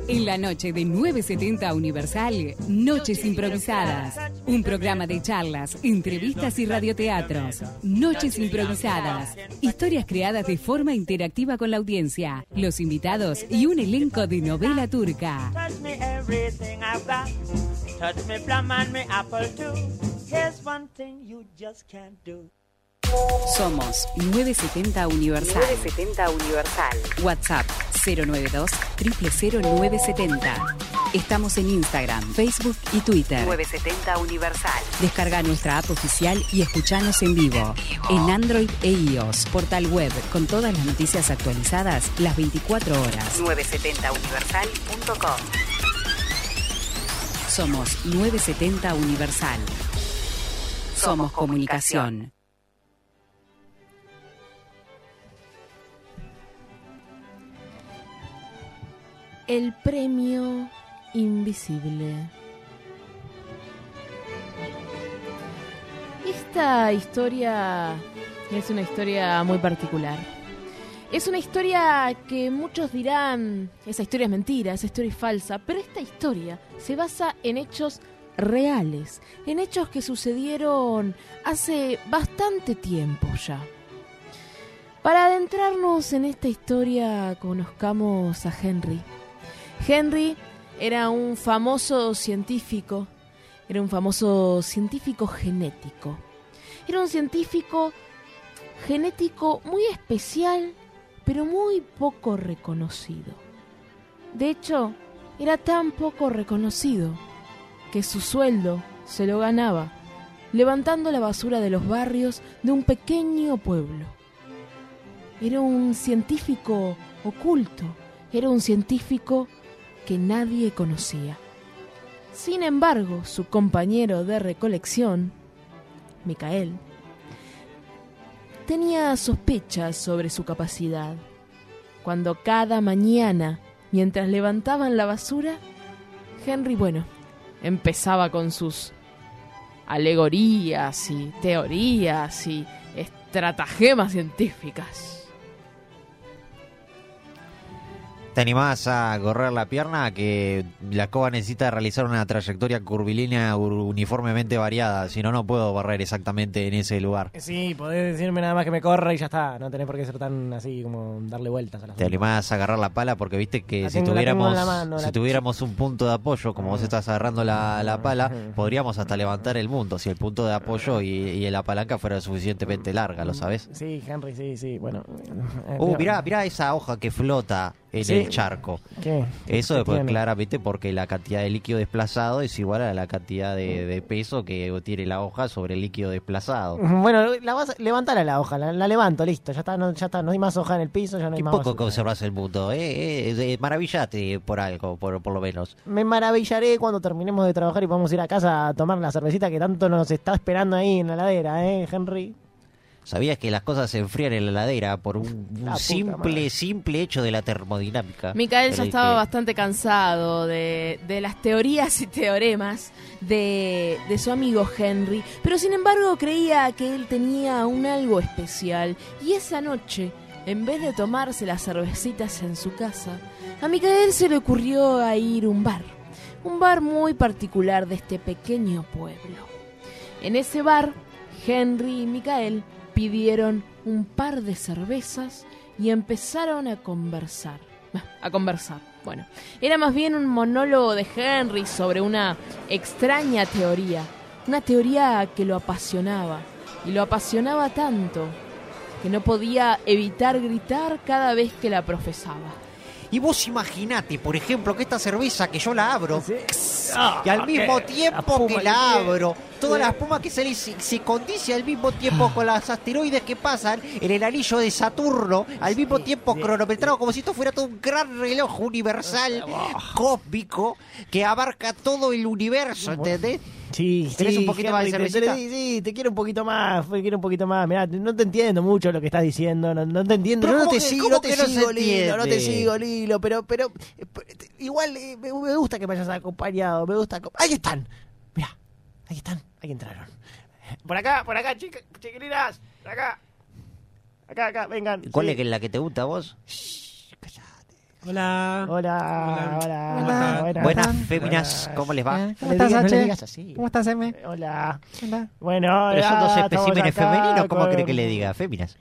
En la noche de 970 Universal, Noches Improvisadas. Un programa de charlas, entrevistas y radioteatros. Noches Improvisadas. Historias creadas de forma interactiva con la audiencia, los invitados y un elenco de novela turca.
Touch me everything I've got. Touch me plum and me apple too. Here's one thing you just can't do.
Somos 970 Universal. 970 Universal. WhatsApp 092 000970. Estamos en Instagram, Facebook y Twitter.
970 Universal.
Descarga nuestra app oficial y escuchanos en vivo. En Android e iOS, portal web, con todas las noticias actualizadas las 24 horas.
970universal.com.
Somos 970 Universal. Somos comunicación.
El premio invisible. Esta historia es una historia muy particular. Es una historia que muchos dirán, esa historia es mentira, esa historia es falsa, pero esta historia se basa en hechos reales, en hechos que sucedieron hace bastante tiempo ya. Para adentrarnos en esta historia, conozcamos a Henry. Henry era un famoso científico, era un famoso científico genético. Era un científico genético muy especial, pero muy poco reconocido. De hecho, era tan poco reconocido que su sueldo se lo ganaba levantando la basura de los barrios de un pequeño pueblo. Era un científico oculto, era un científico que nadie conocía. Sin embargo, su compañero de recolección, Micael, tenía sospechas sobre su capacidad. Cuando cada mañana, mientras levantaban la basura, Henry, bueno, empezaba con sus alegorías y teorías y estratagemas científicas.
¿Te animás a correr la pierna? Que la escoba necesita realizar una trayectoria curvilínea ur- uniformemente variada. Si no, no puedo barrer exactamente en ese lugar.
Sí, podés decirme nada más que me corra y ya está. No tenés por qué ser tan así como darle vueltas a las
¿Te animás a agarrar la pala? Porque viste que
La
si,
tengo- la tengo en la
tuviéramos,
mano,
si
la-
tuviéramos un punto de apoyo, como vos estás agarrando la, la pala, podríamos hasta levantar el mundo. Si el punto de apoyo y, y la palanca fuera suficientemente larga, ¿lo sabés?
Sí, Henry, sí, sí. Bueno. eh,
Uh, mirá, mirá esa hoja que flota en
Sí.
el charco.
¿Qué?
Eso
¿Qué
después,
tiene?
claramente, porque la cantidad de líquido desplazado es igual a la cantidad
Mm.
de, de peso que tiene la hoja sobre el líquido desplazado.
Bueno, la vas, levantala la hoja, la, la levanto, listo, ya está, no, ya está, no hay más hoja en el piso, ya no hay
Qué
más.
poco
basura.
que observas el mundo, eh, eh, eh, maravillate por algo, por, por lo menos.
Me maravillaré cuando terminemos de trabajar y podamos ir a casa a tomar la cervecita que tanto nos está esperando ahí en la ladera, ¿eh, Henry?
¿Sabías que las cosas se enfrían en la ladera por un, un
La puta
simple,
madre.
simple hecho de la termodinámica?
Micael ya
Pero
estaba
dije,
bastante cansado de, de las teorías y teoremas de, de su amigo Henry, pero sin embargo creía que él tenía un algo especial. Y esa noche, en vez de tomarse las cervecitas en su casa, a Micael se le ocurrió a ir a un bar, un bar muy particular de este pequeño pueblo. En ese bar, Henry y Micael pidieron un par de cervezas y empezaron a conversar. Bah, A conversar. Bueno, era más bien un monólogo de Henry sobre una extraña teoría. Una teoría que lo apasionaba. Y lo apasionaba tanto que no podía evitar gritar cada vez que la profesaba.
Y vos imaginate, por ejemplo, que esta cerveza que yo la abro, y
Ah,
al mismo tiempo que la abro, toda la espuma que sale se, se condice al mismo tiempo con las asteroides que pasan en el anillo de Saturno, al mismo tiempo cronometrado, como si esto fuera todo un gran reloj
Ah,
universal, cósmico, que abarca todo el universo, ¿entendés?
Sí,
¿Tenés
sí,
un poquito más de
Henry, te-
cervecita?
te- Sí, te quiero un poquito más, te quiero un poquito más. Mirá, no te entiendo mucho lo que estás diciendo, no, no te entiendo.
Pero
Yo no
¿cómo
te
que-
sigo,
cómo
no te
que no se
sigo, Lilo, no te
entiende?
sigo, Lilo, pero, pero, eh, p- te- igual eh, me, me gusta que me hayas acompañado, me gusta. aco- Ahí están, mirá, ahí están, ahí entraron. Por acá, por acá, chicas, chiquilinas, por acá. Acá, acá, vengan.
¿Cuál
sí.
es la que te gusta a vos?
Hola.
Hola, hola, hola.
Buenas féminas, ¿cómo les va?
¿Cómo estás, H?
¿Cómo estás, M?
Hola. Bueno,
Pero son dos
ya
especímenes
estamos acá
femeninos, ¿cómo
con-
crees que le diga? Féminas.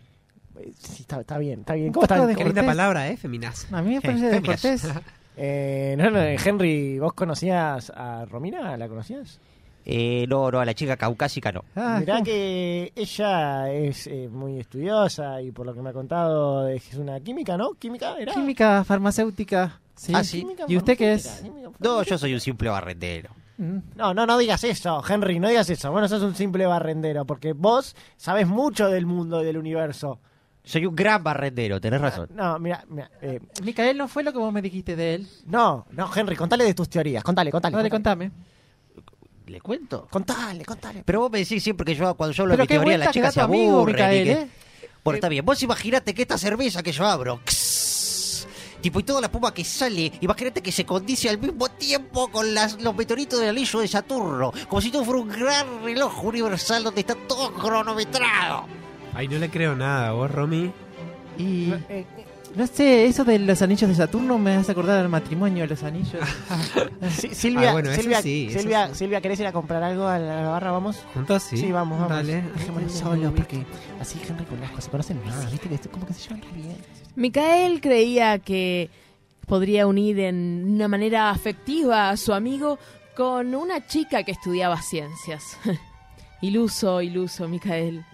Sí, está, está bien, está bien. ¿Cómo están?
Qué linda palabra, ¿eh? Feminaz.
A mí me parece
Eh,
de
féminas.
cortés.
Eh, no, no, Henry, ¿vos conocías a Romina? ¿La conocías?
Eh, no, no, a la chica caucásica no.
Ah,
Mirá
¿cómo?
que ella es eh, muy estudiosa y por lo que me ha contado es una química, ¿no? ¿Química era?
Química, farmacéutica. Sí.
Ah, sí.
Química,
¿Y usted qué
farmacéutica,
es?
química,
No, yo soy un simple barrendero.
No, no, no digas eso, Henry, no digas eso. Bueno, sos un simple barrendero, porque vos sabés mucho del mundo y del universo.
Soy un gran barrendero, tenés razón.
No, mira, mira. eh,
Micael no fue lo que vos me dijiste de él.
no, no, Henry, contale de tus teorías, contale, contale.
Dale, contame.
¿Le cuento?
Contale, contale.
Pero vos me decís siempre que yo cuando yo hablo de
Pero
mi
qué
teoría
vuelta
la
que
chica
da
se
tu amigo,
aburre.
Micael,
ni que-
¿eh?
Bueno, está bien. Vos imaginate que esta cerveza que yo abro... Tipo, y toda la puma que sale, imagínate que se condice al mismo tiempo con las, los meteoritos del anillo de Saturno. Como si todo fuera un gran reloj universal donde está todo cronometrado.
Ay, no le creo nada, vos, Romy.
Y.
eh,
No sé, eso de los anillos de Saturno me hace acordar al matrimonio de los anillos.
Sí, Silvia,
Ah, bueno, eso
Silvia,
sí, eso
Silvia,
sí.
Silvia, ¿querés ir a comprar algo a la barra? ¿Vamos?
¿Juntos? Sí.
vamos, vamos.
Dale.
Dejémoslo solo, porque así Henry con las cosas conocen más, ¿viste? Que esto como que se llevan re bien.
Micael creía que podría unir en una manera afectiva a su amigo con una chica que estudiaba ciencias. iluso, iluso, Micael.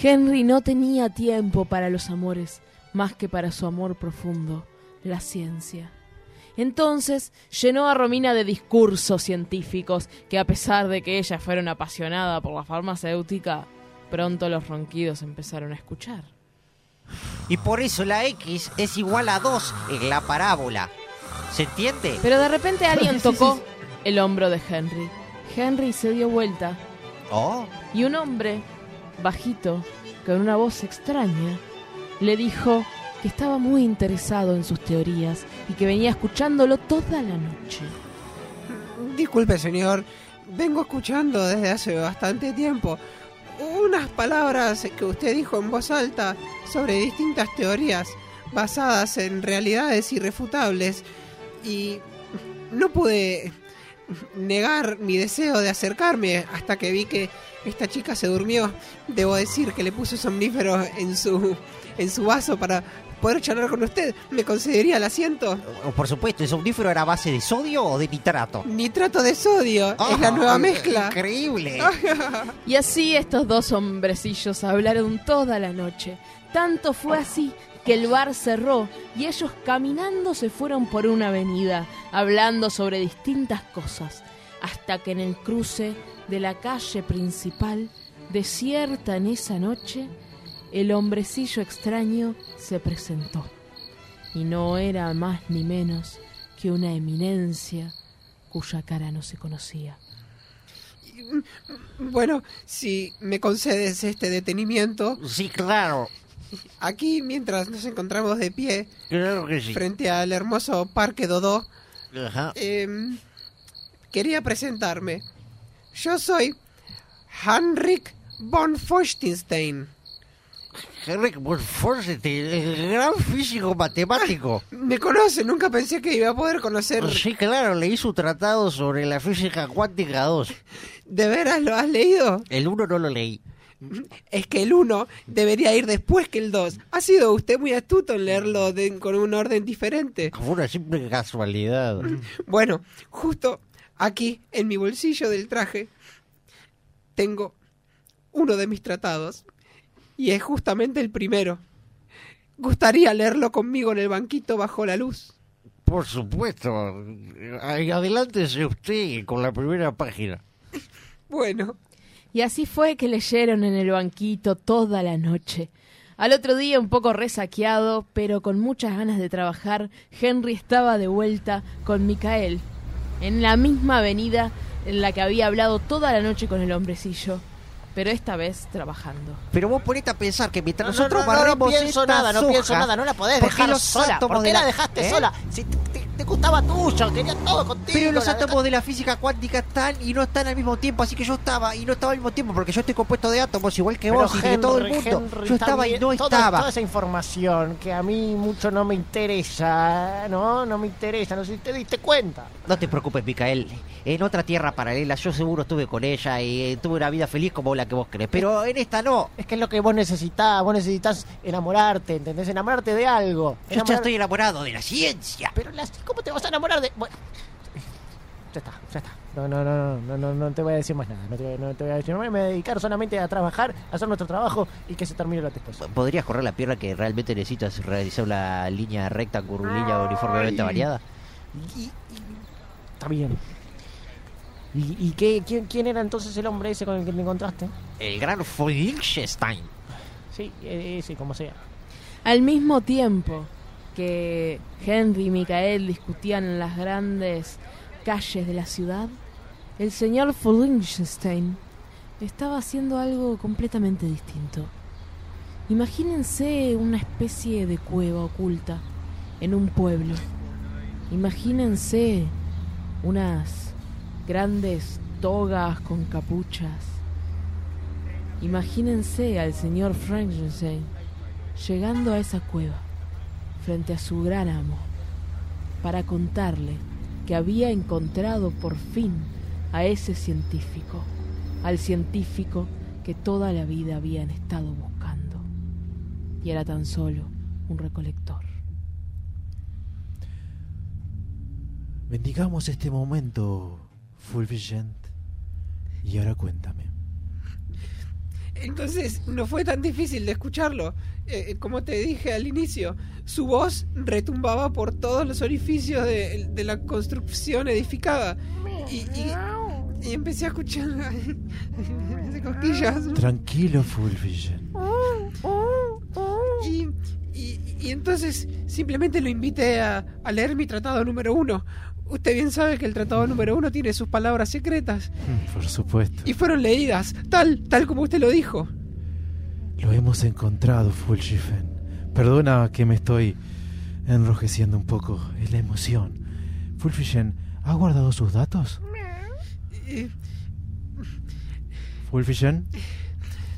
Henry no tenía tiempo para los amores, más que para su amor profundo, la ciencia. Entonces llenó a Romina de discursos científicos que a pesar de que ella fuera una apasionada por la farmacéutica, pronto los ronquidos empezaron a escuchar.
Y por eso la X es igual a 2 en la parábola. ¿Se entiende?
Pero de repente alguien tocó el hombro de Henry. Henry se dio vuelta
Oh,
y un hombre, bajito, con una voz extraña, le dijo que estaba muy interesado en sus teorías y que venía escuchándolo toda la noche.
Disculpe, señor. Vengo escuchando desde hace bastante tiempo unas palabras que usted dijo en voz alta sobre distintas teorías. basadas en realidades irrefutables y no pude negar mi deseo de acercarme hasta que vi que esta chica se durmió. Debo decir que le puso somnífero en su, en su vaso para poder charlar con usted. ¿Me concedería el asiento?
O, Por supuesto, ¿el somnífero era a base de sodio o de nitrato?
Nitrato de sodio. es la
Ah,
nueva mezcla. Ah.
Increíble.
Y así estos dos hombrecillos hablaron toda la noche. Tanto fue así que el bar cerró y ellos caminando se fueron por una avenida, hablando sobre distintas cosas, hasta que en el cruce de la calle principal, desierta en esa noche, el hombrecillo extraño se presentó. Y no era más ni menos que una eminencia cuya cara no se conocía.
Bueno, si me concedes este detenimiento.
Sí, claro.
Aquí, mientras nos encontramos de pie,
Claro que sí. Ah.
frente al hermoso Parque Dodó,
Ajá.
em, quería presentarme. Yo soy Henrik von Feuchtenstein.
Henrik von Fawcett, el gran físico matemático.
Me conoce, nunca pensé que iba a poder conocer.
Sí, claro, leí su tratado sobre la física cuántica 2.
¿De veras lo has leído?
El 1 no lo leí.
Es que el 1 debería ir después que el 2. Ha sido usted muy astuto en leerlo de- con un orden diferente.
Fue una simple casualidad.
Bueno, justo aquí, en mi bolsillo del traje, tengo uno de mis tratados. Y es justamente el primero. Gustaría leerlo conmigo en el banquito bajo la luz.
Por supuesto. Ay, Adelántese usted con la primera página.
Bueno.
Y así fue que leyeron en el banquito toda la noche. Al otro día, un poco resaqueado, pero con muchas ganas de trabajar, Henry estaba de vuelta con Micael, en la misma avenida en la que había hablado toda la noche con el hombrecillo, pero esta vez trabajando.
Pero vos ponete a pensar que mientras
No, no,
nosotros
no, no
barremos
pienso
estas
nada, no
hojas,
pienso nada, no la podés
¿por qué
dejar
los
sola?
átomos
¿Por qué
de
la dejaste
¿Eh?
sola?
Si te, te- te gustaba tuyo, quería todo contigo.
Pero los
la
átomos de la física cuántica están y no están al mismo tiempo, así que yo estaba y no estaba al mismo tiempo porque yo estoy compuesto de átomos igual que
Pero
vos y que todo el
Henry,
mundo.
Henry,
yo estaba y
también,
no
todo-
estaba.
todo
Toda esa información que a mí mucho no me interesa, ¿no? No me interesa, no sé si te diste cuenta.
No te preocupes, Micael. En otra tierra paralela yo seguro estuve con ella y eh, tuve una vida feliz como la que vos crees. Pero en esta no.
Es que es lo que vos necesitás, vos necesitas enamorarte, ¿entendés? Enamorarte de algo.
Yo ya
Enamorar-
estoy enamorado de la ciencia.
Pero la- ¿cómo te vas a enamorar de...? Bueno, ya está, ya está. No, no, no, no, no, no te voy a decir más nada. No te, voy- no te voy a decir más. Me voy a dedicar solamente a trabajar, a hacer nuestro trabajo y que se termine la esposa.
¿Podrías correr la pierna que realmente necesitas realizar una línea recta, curvilínea, uniformemente variada?
Está bien. ¿Y, y qué, quién, quién era entonces el hombre ese con el que te encontraste?
El gran Feuchtenstein.
Eh.
Sí, e- ese, como sea.
Al mismo tiempo que Henry y Micael discutían en las grandes calles de la ciudad, el señor Fulgenstein estaba haciendo algo completamente distinto. Imagínense una especie de cueva oculta en un pueblo. Imagínense unas grandes togas con capuchas. Imagínense al señor Frankenstein llegando a esa cueva frente a su gran amo para contarle que había encontrado por fin a ese científico, al científico que toda la vida habían estado buscando. Y era tan solo un recolector.
Bendigamos este momento, Fulvigent. Y ahora cuéntame.
Entonces no fue tan difícil de escucharlo. Eh, como te dije al inicio, su voz retumbaba por todos los orificios de, de la construcción edificada. Y, y- y empecé a escuchar... Ay, me hace cosquillas.
Tranquilo, Fulvigent.
Y, y- y entonces simplemente lo invité a, a leer mi tratado número uno. Usted bien sabe que el tratado número uno tiene sus palabras secretas.
Mm, Por supuesto.
Y fueron leídas, tal, tal como usted lo dijo.
Lo hemos encontrado, Fulgifen. Perdona que me estoy enrojeciendo un poco. Es la emoción. Fulgifen, ¿ha guardado sus datos?
Eh,
Fulgifen,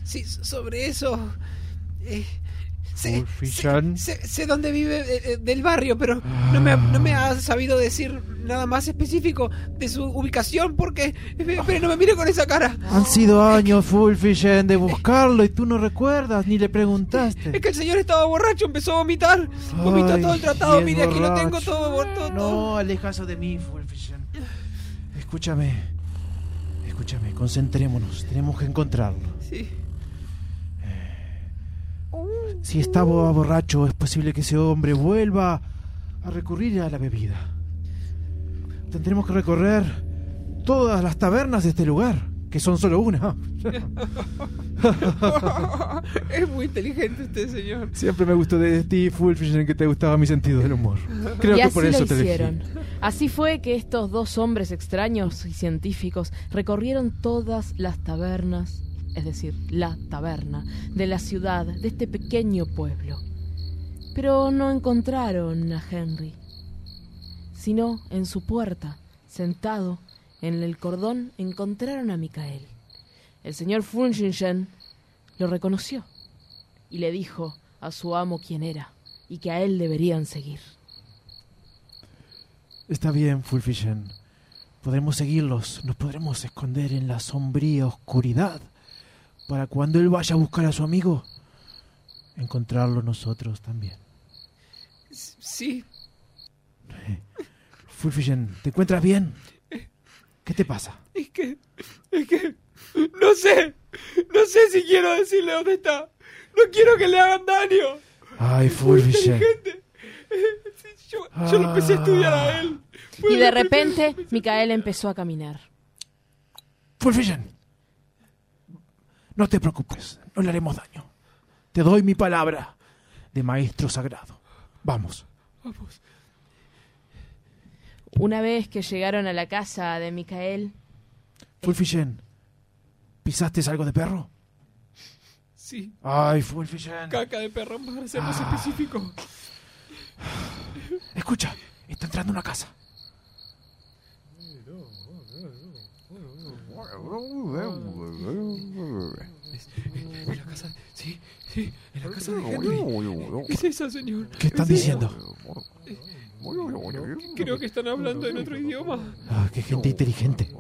Sí, so- sobre eso. eh, Sé,
Fulfijan.
sé, sé dónde vive eh, eh, del barrio, pero no me, ha- no me
Ah.
ha sabido decir nada más específico de su ubicación porque... Pero no me mire con esa cara.
Han sido años, Fulfigen, de buscarlo y tú no recuerdas ni le preguntaste.
Es que el señor estaba borracho, empezó a vomitar. Vomitó
Ay,
todo el tratado,
y el
mire, aquí lo tengo
borracho.
todo. todo,
No, alejazo de mí, Fulfigen. Escúchame, escúchame, concentrémonos, tenemos que encontrarlo.
Sí.
Si estaba borracho, es posible que ese hombre vuelva a recurrir a la bebida. Tendremos que recorrer todas las tabernas de este lugar, que son solo una.
es muy inteligente usted, señor.
Siempre me gustó de ti, Fulfigen, que te gustaba mi sentido del humor. Creo
y
que
así
por eso
lo
te elegí.
hicieron. Así fue que estos dos hombres extraños y científicos recorrieron todas las tabernas, es decir, la taberna de la ciudad, de este pequeño pueblo. Pero no encontraron a Henry, sino en su puerta, sentado en el cordón, encontraron a Micael. El señor Funchingen lo reconoció y le dijo a su amo quién era y que a él deberían seguir.
Está bien, Fulfigen. Podremos seguirlos, nos podremos esconder en la sombría oscuridad para cuando él vaya a buscar a su amigo, encontrarlo nosotros también.
Sí,
Fulfigen, ¿te encuentras bien? ¿Qué te pasa?
es que. Es que. No sé. No sé si quiero decirle dónde está. No quiero que le hagan daño.
Ay, Fulfigen.
Yo lo empecé a estudiar a él.
Y de repente, Micael empezó a caminar.
Fulfigen, no te preocupes, no le haremos daño. Te doy mi palabra de maestro sagrado. Vamos.
Una vez que llegaron a la casa de Micael,
Fulfigen, ¿pisaste algo de perro?
Sí.
Ah. Ay, Fulfigen.
Caca de perro, para ser más
Ah.
específico.
Escucha, está entrando una casa.
En la casa. Sí, sí. En la casa de Henry. ¿Qué es eso, señor?
¿Qué están
Sí.
diciendo?
Creo que están hablando en otro idioma.
Ah, qué gente inteligente.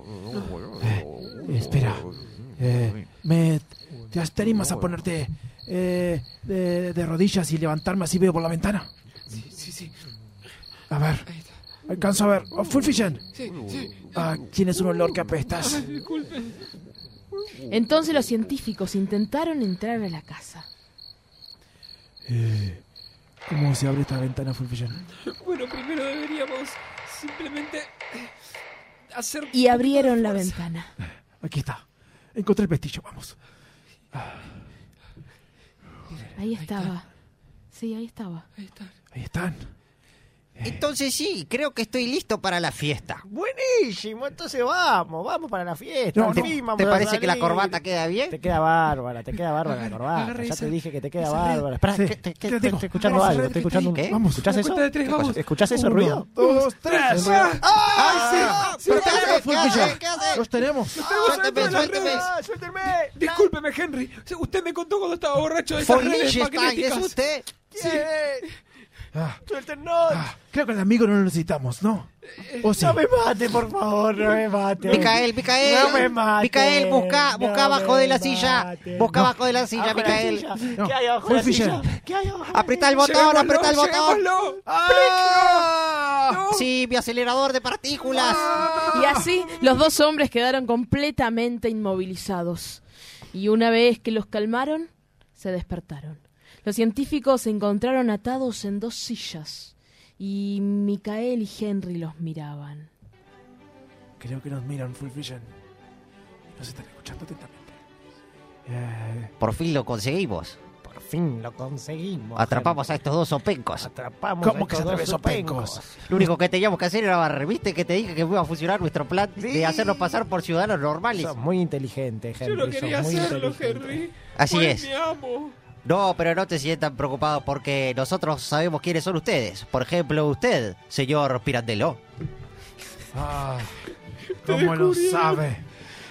Eh, espera. Eh, me, ¿Te has- te animas a ponerte eh, de, de rodillas y levantarme así veo por la ventana?
Sí, sí, sí.
Eh, A ver. Alcanzo a ver. Oh, Fulfigen.
Sí, sí.
Ah, tienes un olor que apestas.
Ay, disculpe.
entonces los científicos intentaron entrar a la casa.
Eh, ¿Cómo se abre esta ventana, Fulfigen?
Bueno, primero deberíamos simplemente hacer.
Y abrieron la ventana.
Aquí está. Encontré el pestillo, vamos.
Ahí estaba. Sí, ahí estaba.
Ahí están.
Entonces sí, creo que estoy listo para la fiesta.
Buenísimo, entonces vamos, vamos para la fiesta.
No,
al
no.
fin vamos
¿Te
a
parece que la
salir.
corbata queda bien?
Te queda bárbara, te queda bárbara la corbata.
agarra
Ya
esa-
te dije que te queda
esa
bárbara.
red.
Espera,
Sí,
que- que-
te
que-
tengo.
estoy escuchando
Agarra esa
algo,
red
estoy
que
escuchando
estoy-
un-
¿Qué?
Vamos, ¿escuchás
La
eso?
cuenta de tres,
¿Qué cosa?
vamos.
¿Escuchás ese
Uno,
ruido?
dos,
tres. ¡Ah!
¡Ah! sí!
Pero ¿qué
¿Qué hace?
hace,
¿Qué hace?
Fulfigen?
¿Qué hace?
Los tenemos.
Suélteme, suélteme.
Discúlpeme, Henry. Usted me contó cuando estaba borracho de esas redes
Folligenstein, ¿es
magnéticas.
usted?
Sí.
Ah,
¡Suéltenos!
ah, creo que el amigo no lo necesitamos, ¿no? O sí.
¡No me mate, por favor! ¡No me mate!
Micael, Micael.
¡No me mate!
Micael, busca,
No
busca abajo
me
de la silla.
mate.
Busca abajo de la Ah, silla,
Abajo de la
Micael.
silla.
No.
¿Qué hay abajo de la
Fulfigen.
silla? ¿Qué hay abajo?
Apreta el botón,
Llevémoslo,
apreta el botón.
llevémoslo.
¡Ah!
¡No!
Sí, mi acelerador de partículas.
Y así los dos hombres quedaron completamente inmovilizados. Y una vez que los calmaron, se despertaron. Los científicos se encontraron atados en dos sillas. Y Micael y Henry los miraban.
Creo que nos miran, Fulfigen. Nos están escuchando atentamente. Eh,
Por fin lo conseguimos.
Por fin lo conseguimos.
Atrapamos a estos dos opencos.
Atrapamos
¿Cómo
a
que
estos
se
dos
atreven esos
supencos.
pencos?
Lo único que teníamos que hacer era barrer. ¿Viste que te dije que iba a funcionar nuestro plan
Sí.
de hacernos pasar por ciudadanos normales?
Sos muy inteligente, Henry.
Yo no
sos
quería
muy
hacerlo,
inteligente.
Henry.
Así
Pues,
es.
Mi amo.
No, pero no te sientan preocupados porque nosotros sabemos quiénes son ustedes. Por ejemplo, usted, señor Pirandello.
Ah, ¿Cómo lo sabe?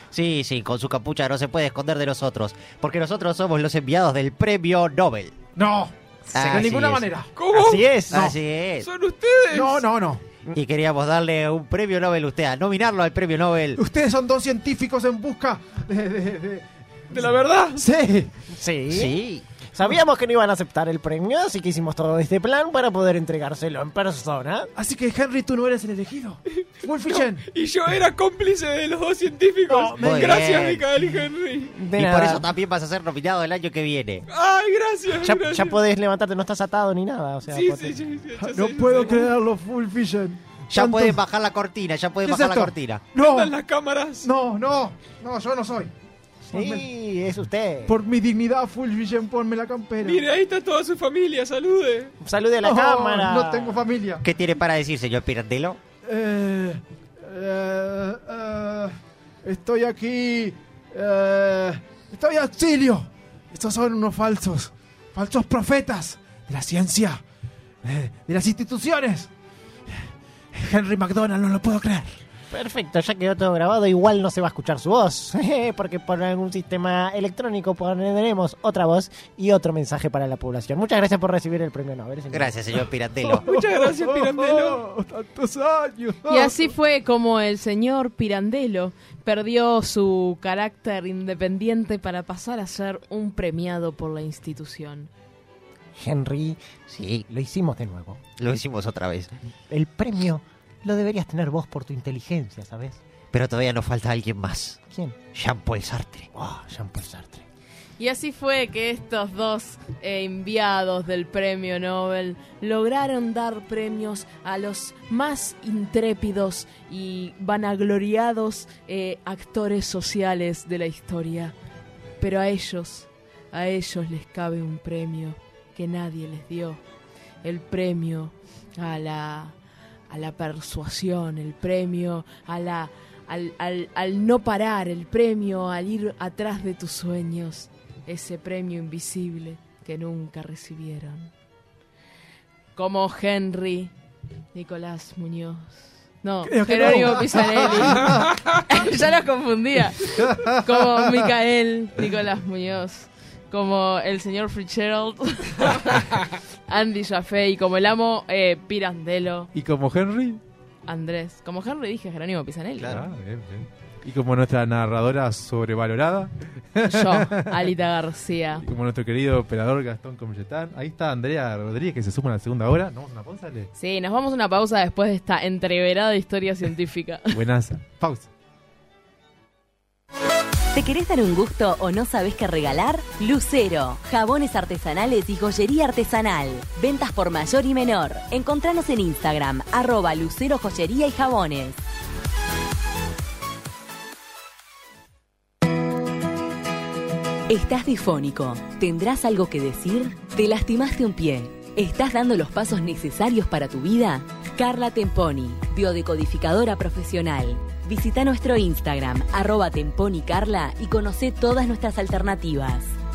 Sí, sí, con su capucha no se puede esconder de nosotros, porque nosotros somos los enviados del premio Nobel.
¡No!
Así
de ninguna
es.
manera.
Así es.
No.
Así es.
Son ustedes. No, no, no.
Y queríamos darle un premio Nobel a usted, a nominarlo al premio Nobel.
Ustedes son dos científicos en busca de, de- de-
¿De la verdad?
Sí. Sí.
Sí.
Sabíamos que no iban a aceptar el premio, así que hicimos todo este plan para poder entregárselo en persona.
Así que Henry, tú no eres el elegido.
este
Wolfichen.
Y yo era cómplice de los dos científicos.
Muy
gracias,
bien.
Micael y Henry.
De
y
nada.
por eso también vas a ser nominado el año que viene.
Ay, gracias.
Ya,
gracias.
ya podés levantarte, no estás atado ni nada. O sea,
Sí,
podés-
sí, sí, sí, ya
No
sé, ya
puedo
sé.
creerlo, Wolfichen.
Ya
Tantos-
puedes bajar la cortina, ya puedes
¿Qué es
bajar la
esto?
cortina.
No.
las cámaras.
No, no. No, yo no soy.
Sí, es usted.
Por mi dignidad, Fulvigen, ponme la campera.
Mire, ahí está toda su familia. Salude.
Salude a la
No,
cámara.
Oh, No tengo familia.
¿Qué tiene para decir, señor Pirandello?
Eh, eh, eh, estoy aquí. eh, estoy a auxilio. Estos son unos falsos. Falsos profetas de la ciencia. eh, de las instituciones. Henry McDonald, no lo puedo creer.
Perfecto, ya quedó todo grabado. Igual no se va a escuchar su voz, porque por algún sistema electrónico pondremos otra voz y otro mensaje para la población. Muchas gracias por recibir el premio Nobel. señor.
Gracias, señor Pirandello.
Muchas gracias, Pirandello.
Oh, tantos años.
Oh.
Y así fue como el señor Pirandello perdió su carácter independiente para pasar a ser un premiado por la institución.
Henry,
Sí,
lo hicimos de nuevo.
lo hicimos otra vez.
El premio lo deberías tener vos por tu inteligencia, ¿sabes?
Pero todavía nos falta alguien más.
¿Quién?
Jean-Paul Sartre.
Oh, Jean-Paul Sartre.
Y así fue que estos dos eh, enviados del premio Nobel lograron dar premios a los más intrépidos y vanagloriados eh, actores sociales de la historia. Pero a ellos, a ellos les cabe un premio que nadie les dio. El premio a la, a la persuasión, el premio a la, al, al- al no parar, el premio al ir atrás de tus sueños, ese premio invisible que nunca recibieron. Como Henry Nicolás Muñoz. No,
Creo que
Jerónimo
no.
Pisanelli. ya los confundía. Como Micael Nicolás Muñoz. Como el señor Fitzgerald. Andy Jaffe. Y como el amo eh, Pirandello.
Y como Henry.
Andrés. Como Henry dije, Jerónimo Pisanelli.
Ah, bien, bien. Y como nuestra narradora sobrevalorada.
Yo, Alita García.
Y como nuestro querido operador Gastón Comelletán. Ahí está Andrea Rodríguez que se suma a la segunda hora. ¿No vamos a una pausa? Ale?
Sí, nos vamos a una pausa después de esta entreverada historia científica.
Buenaza. Pausa.
¿Te querés dar un gusto o no sabes qué regalar? Lucero, jabones artesanales y joyería artesanal. Ventas por mayor y menor. Encontranos en Instagram, arroba Lucero Joyería y Jabones. Estás difónico. ¿Tendrás algo que decir? ¿Te lastimaste un pie? ¿Estás dando los pasos necesarios para tu vida? Carla Temponi, biodecodificadora profesional. Visita nuestro Instagram, arroba Temponi Carla, y conoce todas nuestras alternativas.